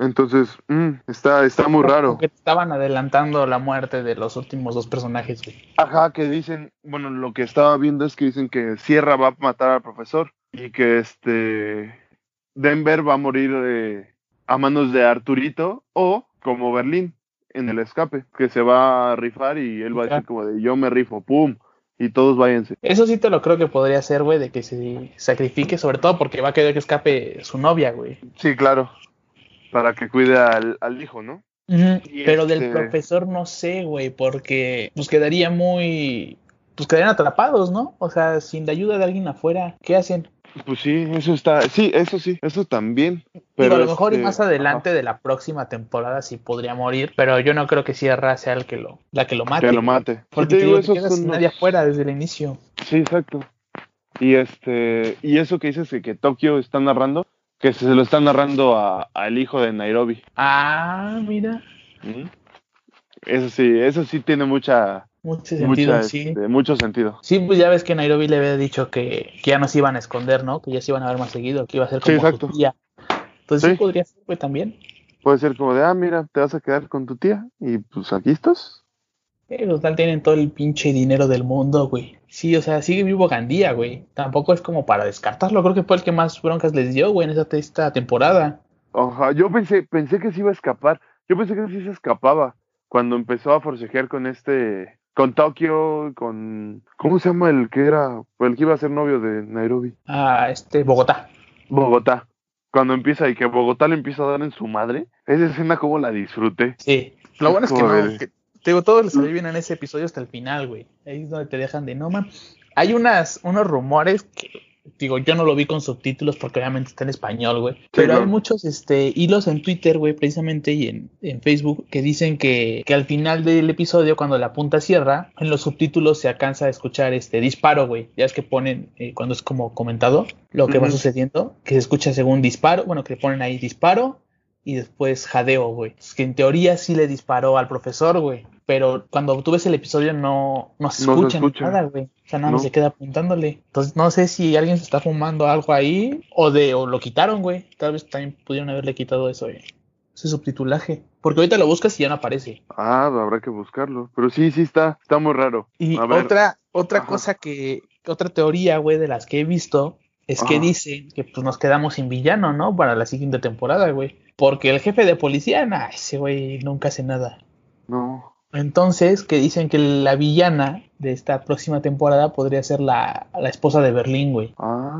Speaker 1: Entonces, mm, está, está muy raro.
Speaker 2: Porque te estaban adelantando la muerte de los últimos dos personajes, güey.
Speaker 1: Ajá, que dicen, bueno, lo que estaba viendo es que dicen que Sierra va a matar al profesor y que este Denver va a morir eh, a manos de Arturito o como Berlín en el escape, que se va a rifar y él va a decir como de yo me rifo, pum, y todos váyanse.
Speaker 2: Eso sí te lo creo que podría ser, güey, de que se sacrifique, sobre todo porque va a querer que escape su novia, güey.
Speaker 1: Sí, claro, para que cuide al, al hijo, ¿no?
Speaker 2: Ujú,
Speaker 1: Y
Speaker 2: Pero del
Speaker 1: este-
Speaker 2: profesor no sé, güey, porque pues quedaría muy... Pues quedarían atrapados, ¿no? O sea, sin la ayuda de alguien afuera, ¿qué hacen?
Speaker 1: Pues sí, eso está, sí, eso sí, eso también. Pero
Speaker 2: Digo, a lo mejor y
Speaker 1: este,
Speaker 2: más adelante de la próxima temporada sí podría morir, pero yo no creo que Sierra sea el que lo, la que lo
Speaker 1: ajá,
Speaker 2: mate.
Speaker 1: que lo mate.
Speaker 2: Porque
Speaker 1: Sí,
Speaker 2: te digo, te
Speaker 1: esos
Speaker 2: quedas
Speaker 1: son
Speaker 2: sin
Speaker 1: los-
Speaker 2: nadie afuera desde el inicio.
Speaker 1: Sí, exacto. Y este, y eso que dices que, que Tokio está narrando, que se lo está narrando a- al hijo de Nairobi.
Speaker 2: Ah, mira.
Speaker 1: ¿Mm? Eso sí, eso sí tiene mucha,
Speaker 2: Mucho sentido,
Speaker 1: mucha
Speaker 2: sí.
Speaker 1: este, mucho sentido.
Speaker 2: Sí, pues ya ves que Nairobi le había dicho que, que ya nos iban a esconder, ¿no? Que ya se iban a ver más seguido, que iba a ser
Speaker 1: Sí,
Speaker 2: como su
Speaker 1: exacto.
Speaker 2: tía. Entonces sí,
Speaker 1: Sí.
Speaker 2: podría ser, güey, también.
Speaker 1: Puede ser como de, ah, mira, te vas a quedar con tu tía y pues aquí estás.
Speaker 2: Eh, total, tienen todo el pinche dinero del mundo, güey. Sí, o sea, sigue vivo Gandía, güey. Tampoco es como para descartarlo. Creo que fue el que más broncas les dio, güey, en esa, esta temporada.
Speaker 1: Ajá, yo pensé, pensé que se iba a escapar. Yo pensé que sí se escapaba cuando empezó a forcejear con este, con Tokio, con, ¿cómo se llama el que era, el que iba a ser novio de Nairobi?
Speaker 2: A este Bogotá.
Speaker 1: Bogotá. Cuando empieza y que Bogotá le empieza a dar en su madre, esa escena como la disfruté.
Speaker 2: Sí. Lo bueno es que no.
Speaker 1: Joder.
Speaker 2: que- te digo, todo les salió bien en ese episodio hasta el final, güey. Ahí es donde te dejan de no, man. Hay unas, unos rumores que, digo, yo no lo vi con subtítulos porque obviamente está en español, güey. Pero hay
Speaker 1: claro.
Speaker 2: muchos este, hilos en Twitter, güey, precisamente y en, en Facebook, que dicen que, que al final del episodio, cuando la punta cierra, en los subtítulos se alcanza a escuchar este disparo, güey. Ya es que ponen, eh, cuando es como comentado, lo que va
Speaker 1: Ujú.
Speaker 2: sucediendo, que se escucha según disparo, bueno, que ponen ahí disparo, y después jadeo, güey. Es que en teoría sí le disparó al profesor, güey. Pero cuando tú ves el episodio no, no se
Speaker 1: No se
Speaker 2: escucha, ni
Speaker 1: escucha.
Speaker 2: nada, güey. O sea, nada más
Speaker 1: No.
Speaker 2: se queda apuntándole. Entonces no sé si alguien se está fumando algo ahí o de o lo quitaron, güey. Tal vez también pudieron haberle quitado eso, güey. Ese subtitulaje. Porque ahorita lo buscas y ya no aparece.
Speaker 1: Ah, habrá que buscarlo. Pero sí, sí está, está muy raro.
Speaker 2: Y
Speaker 1: A ver.
Speaker 2: otra, otra
Speaker 1: Ajá.
Speaker 2: cosa que, otra teoría, güey, de las que he visto, es que
Speaker 1: Ajá.
Speaker 2: dicen que pues nos quedamos sin villano, ¿no? Para la siguiente temporada, güey. Porque el jefe de policía, nah, ese güey nunca hace nada.
Speaker 1: No.
Speaker 2: Entonces, que dicen que la villana de esta próxima temporada podría ser la, la esposa de Berlín, güey.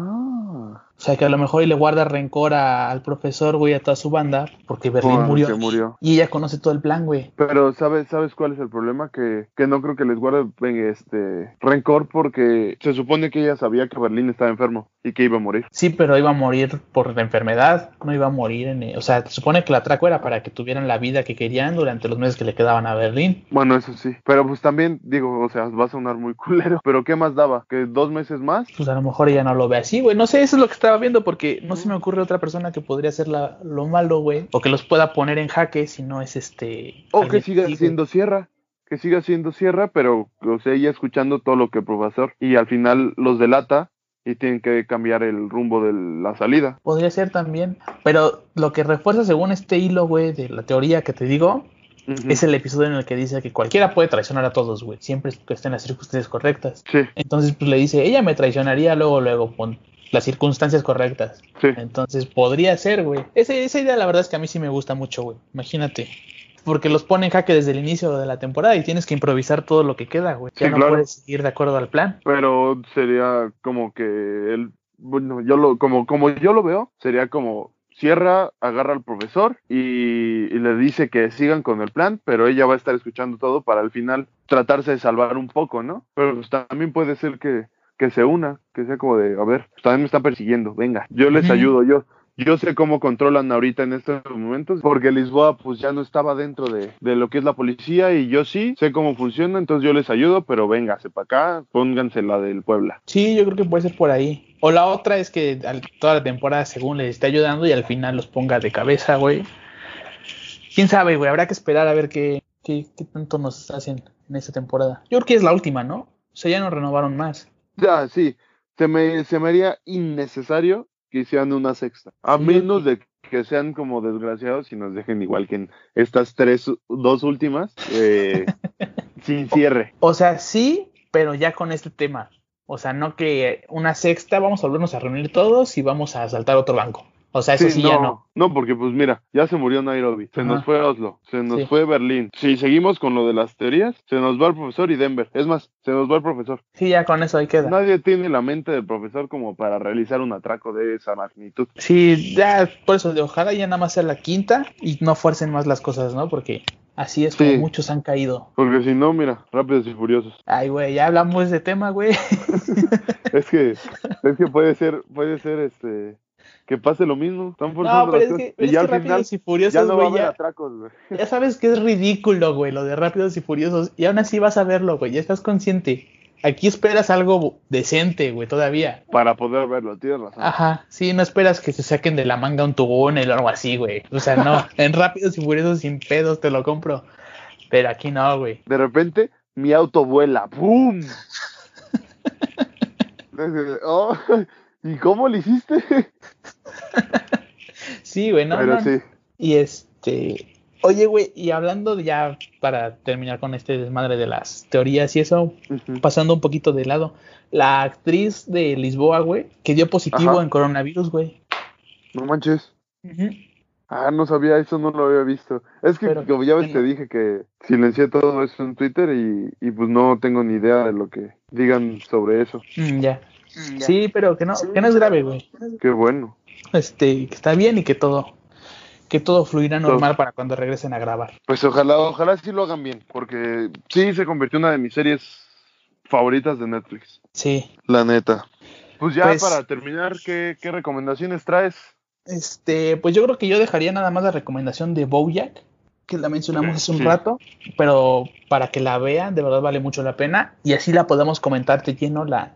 Speaker 1: Ah.
Speaker 2: O sea, que a lo mejor y le guarda rencor a- al profesor, güey, a toda su banda, porque Berlín
Speaker 1: Porque
Speaker 2: murió.
Speaker 1: murió.
Speaker 2: Y ella conoce todo el plan, güey.
Speaker 1: Pero ¿sabes, ¿sabes cuál es el problema? Que, que no creo que les guarde eh, este rencor porque se supone que ella sabía que Berlín estaba enfermo y que iba a morir.
Speaker 2: Sí, pero iba a morir por la enfermedad, no iba a morir en... O sea, se supone que el atraco era para que tuvieran la vida que querían durante los meses que le quedaban a Berlín.
Speaker 1: Bueno, eso sí. Pero pues también, digo, o sea, va a sonar muy culero. Pero ¿qué más daba? ¿Que dos meses más?
Speaker 2: Pues a lo mejor ella no lo ve así, güey. No sé, eso es lo que estaba viendo, porque no se me ocurre otra persona que podría hacer la- lo malo, güey. O que los pueda poner en jaque si no es este...
Speaker 1: O que
Speaker 2: alguien
Speaker 1: siga
Speaker 2: así, güey.
Speaker 1: siendo sierra, que siga siendo sierra, pero o sea, ella escuchando todo lo que el profesor y al final los delata y tienen que cambiar el rumbo de la salida.
Speaker 2: Podría ser también. Pero lo que refuerza según este hilo, güey, de la teoría que te digo,
Speaker 1: Ujú.
Speaker 2: es el episodio en el que dice que cualquiera puede traicionar a todos, güey. Siempre que estén las circunstancias correctas.
Speaker 1: Sí,
Speaker 2: Entonces, pues le dice, ella me traicionaría luego, luego, con las circunstancias correctas.
Speaker 1: sí.
Speaker 2: Entonces, podría ser, güey. Ese- esa idea, la verdad es que a mí sí me gusta mucho, güey. Imagínate. Porque los pone en jaque desde el inicio de la temporada y tienes que improvisar todo lo que queda, güey. Ya
Speaker 1: Sí,
Speaker 2: no
Speaker 1: claro.
Speaker 2: puedes seguir de acuerdo al plan.
Speaker 1: Pero sería como que él, bueno, yo lo, como, como yo lo veo, sería como sierra, agarra al profesor y, y le dice que sigan con el plan, pero ella va a estar escuchando todo para al final tratarse de salvar un poco, ¿no? Pero pues también puede ser que, que se una, que sea como de, a ver, también me están persiguiendo, venga, yo les
Speaker 2: Ujú.
Speaker 1: ayudo, yo. Yo sé cómo controlan ahorita en estos momentos, porque Lisboa pues ya no estaba dentro de, de lo que es la policía y yo sí sé cómo funciona, entonces yo les ayudo, pero véngase para acá, pónganse la del Puebla.
Speaker 2: Sí, yo creo que puede ser por ahí. O la otra es que al- toda la temporada, según les esté ayudando, y al final los ponga de cabeza, güey. Quién sabe, güey. Habrá que esperar a ver qué, qué, qué tanto nos hacen en esta temporada. Yo creo que es la última, ¿no? O sea, ya no renovaron más.
Speaker 1: Ya, sí, se me, se me haría innecesario que hicieran una sexta, a
Speaker 2: Sí,
Speaker 1: menos de que sean como desgraciados y nos dejen igual que en estas tres, dos últimas, eh, sin cierre.
Speaker 2: O sea, sí, pero ya con este tema. O sea, no que una sexta vamos a volvernos a reunir todos y vamos a asaltar otro banco. O sea, eso sí,
Speaker 1: no,
Speaker 2: ya no.
Speaker 1: No, porque pues mira, ya se murió Nairobi, se nos
Speaker 2: Ajá.
Speaker 1: fue Oslo, se nos
Speaker 2: Sí.
Speaker 1: fue Berlín. Si seguimos con lo de las teorías, se nos va el profesor y Denver. Es más, se nos va el profesor.
Speaker 2: Sí, ya con eso ahí queda.
Speaker 1: Nadie tiene la mente del profesor como para realizar un atraco de esa magnitud.
Speaker 2: Sí, ya, por eso, de ojalá ya nada más sea la quinta y no fuercen más las cosas, ¿no? Porque así es como
Speaker 1: Sí.
Speaker 2: muchos han caído.
Speaker 1: Porque si no, mira, rápidos y furiosos.
Speaker 2: Ay, güey, ya hablamos de ese tema, güey.
Speaker 1: Es que, es que puede ser, puede ser este que pase lo mismo. Están
Speaker 2: No,
Speaker 1: forzando
Speaker 2: pero
Speaker 1: las
Speaker 2: es
Speaker 1: cosas.
Speaker 2: que, es
Speaker 1: y ya
Speaker 2: que
Speaker 1: al final
Speaker 2: Rápidos y Furiosos,
Speaker 1: ya no va a
Speaker 2: güey,
Speaker 1: haber
Speaker 2: ya,
Speaker 1: atracos, güey.
Speaker 2: ya sabes que es ridículo, güey, lo de Rápidos y Furiosos. Y aún así vas a verlo, güey, ya estás consciente. Aquí esperas algo decente, güey, todavía.
Speaker 1: Para poder verlo, tienes razón.
Speaker 2: Ajá, sí, no esperas que se saquen de la manga un tubón o algo así, güey. O sea, no, en Rápidos y Furiosos sin pedos te lo compro. Pero aquí no, güey.
Speaker 1: De repente, mi auto vuela. ¡Bum! Oh, ¿Y cómo lo hiciste?
Speaker 2: Sí, güey, no,
Speaker 1: pero
Speaker 2: no,
Speaker 1: sí.
Speaker 2: Y este. Oye, güey, y hablando de ya para terminar con este desmadre de las teorías y eso,
Speaker 1: Ujú.
Speaker 2: pasando un poquito de lado, la actriz de Lisboa, güey, que dio positivo
Speaker 1: Ajá.
Speaker 2: en coronavirus, güey.
Speaker 1: No manches. Ah, no sabía, eso no lo había visto. Es que,
Speaker 2: Pero-
Speaker 1: como ya ves, te dije que silencié todo eso en Twitter y, y pues no tengo ni idea de lo que digan sobre eso.
Speaker 2: Mm, ya. Sí, pero que no, que no es grave, güey.
Speaker 1: Qué bueno.
Speaker 2: Este, que está bien y que todo, que todo fluirá normal para cuando regresen a grabar.
Speaker 1: Pues ojalá, ojalá sí lo hagan bien, porque sí se convirtió en una de mis series favoritas de Netflix.
Speaker 2: Sí.
Speaker 1: La neta. Pues ya
Speaker 2: Pues-
Speaker 1: para terminar, ¿qué, qué recomendaciones traes?
Speaker 2: Este, pues yo creo que yo dejaría nada más la recomendación de Bojack, que la mencionamos
Speaker 1: Ok,
Speaker 2: hace un
Speaker 1: sí.
Speaker 2: rato, pero para que la vean, de verdad vale mucho la pena y así la podamos comentar de lleno la,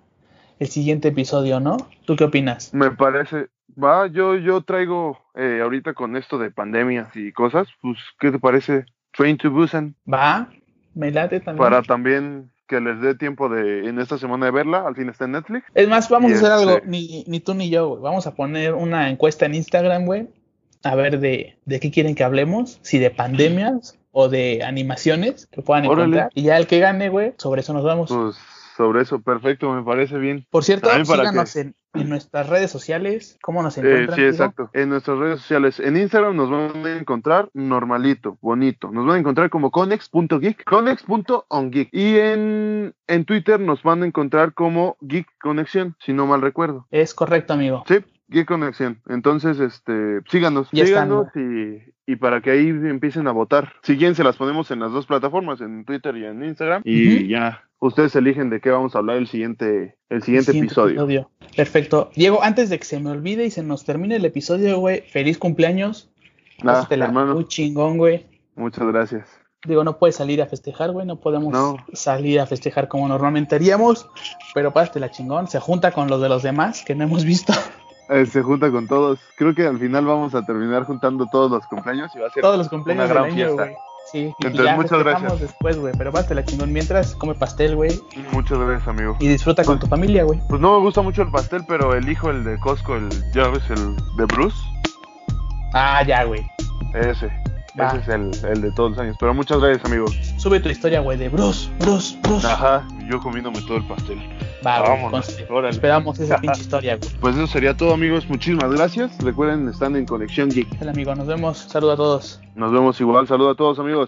Speaker 2: el siguiente episodio, ¿no? ¿Tú qué opinas?
Speaker 1: Me parece, va, yo, yo traigo eh, ahorita con esto de pandemias y cosas, pues, ¿qué te parece? Train to Busan,
Speaker 2: ¿Va? ¿Me late también?
Speaker 1: para también que les dé tiempo de en esta semana de verla, al fin está en Netflix.
Speaker 2: Es más, vamos
Speaker 1: Y
Speaker 2: a hacer algo,
Speaker 1: este-
Speaker 2: ni, ni tú ni yo, güey. Vamos a poner una encuesta en Instagram, güey, a ver de, de qué quieren que hablemos, si de pandemias o de animaciones que puedan
Speaker 1: Órale.
Speaker 2: encontrar. Y ya el que gane, güey, sobre eso nos vamos.
Speaker 1: Pues sobre eso, perfecto, me parece bien.
Speaker 2: Por cierto,
Speaker 1: También para
Speaker 2: síganos
Speaker 1: que-
Speaker 2: en, en nuestras redes sociales. ¿Cómo nos
Speaker 1: Eh,
Speaker 2: encuentran?
Speaker 1: sí,
Speaker 2: Diego?
Speaker 1: exacto. En nuestras redes sociales, en Instagram nos van a encontrar normalito, bonito. Nos van a encontrar como conex.geek, conex.ongeek. Y en, en Twitter nos van a encontrar como geek conexión, si no mal recuerdo.
Speaker 2: Es correcto, amigo.
Speaker 1: Sí, qué conexión. Entonces, este, síganos,
Speaker 2: Ya están,
Speaker 1: síganos y, y para que ahí empiecen a votar. Si quieren, se las ponemos en las dos plataformas, en Twitter y en Instagram. Y
Speaker 2: Ujú.
Speaker 1: ya, ustedes eligen de qué vamos a hablar el siguiente, el siguiente,
Speaker 2: Siguiente
Speaker 1: episodio.
Speaker 2: Perfecto. Diego, antes de que se me olvide y se nos termine el episodio, güey, feliz cumpleaños.
Speaker 1: Nada,
Speaker 2: Pásatela
Speaker 1: hermano,
Speaker 2: Muy chingón, güey.
Speaker 1: muchas gracias.
Speaker 2: Digo, no puedes salir a festejar, güey. No podemos
Speaker 1: No.
Speaker 2: salir a festejar como normalmente haríamos. Pero pásatela chingón. Se junta con los de los demás que no hemos visto.
Speaker 1: Eh, se junta con todos. Creo que al final vamos a terminar juntando todos los cumpleaños y va a ser.
Speaker 2: Todos los cumpleaños
Speaker 1: Una gran
Speaker 2: del año,
Speaker 1: fiesta.
Speaker 2: güey. Sí, y
Speaker 1: Entonces,
Speaker 2: ya
Speaker 1: muchas gracias.
Speaker 2: festejamos después, güey. Pero pásatela chingón. Mientras, come pastel, güey.
Speaker 1: Muchas gracias, amigo.
Speaker 2: Y disfruta con tu familia, güey.
Speaker 1: Pues no me gusta mucho el pastel, pero elijo el de Costco, el, ya ves, el de Bruce.
Speaker 2: Ah, ya, güey.
Speaker 1: Ese.
Speaker 2: Va.
Speaker 1: Ese es el, el de todos los años. Pero muchas gracias, amigo.
Speaker 2: Sube tu historia, güey, de Bruce, Bruce, Bruce.
Speaker 1: Ajá, yo comiéndome todo el pastel.
Speaker 2: Va, güey,
Speaker 1: vámonos,
Speaker 2: conste.
Speaker 1: órale.
Speaker 2: Esperamos esa pinche historia, güey.
Speaker 1: Pues eso sería todo, amigos. Muchísimas gracias. Recuerden, están en Conexión Geek.
Speaker 2: El amigo, nos vemos. Saludos a todos.
Speaker 1: Nos vemos igual. Saludo a todos, amigos.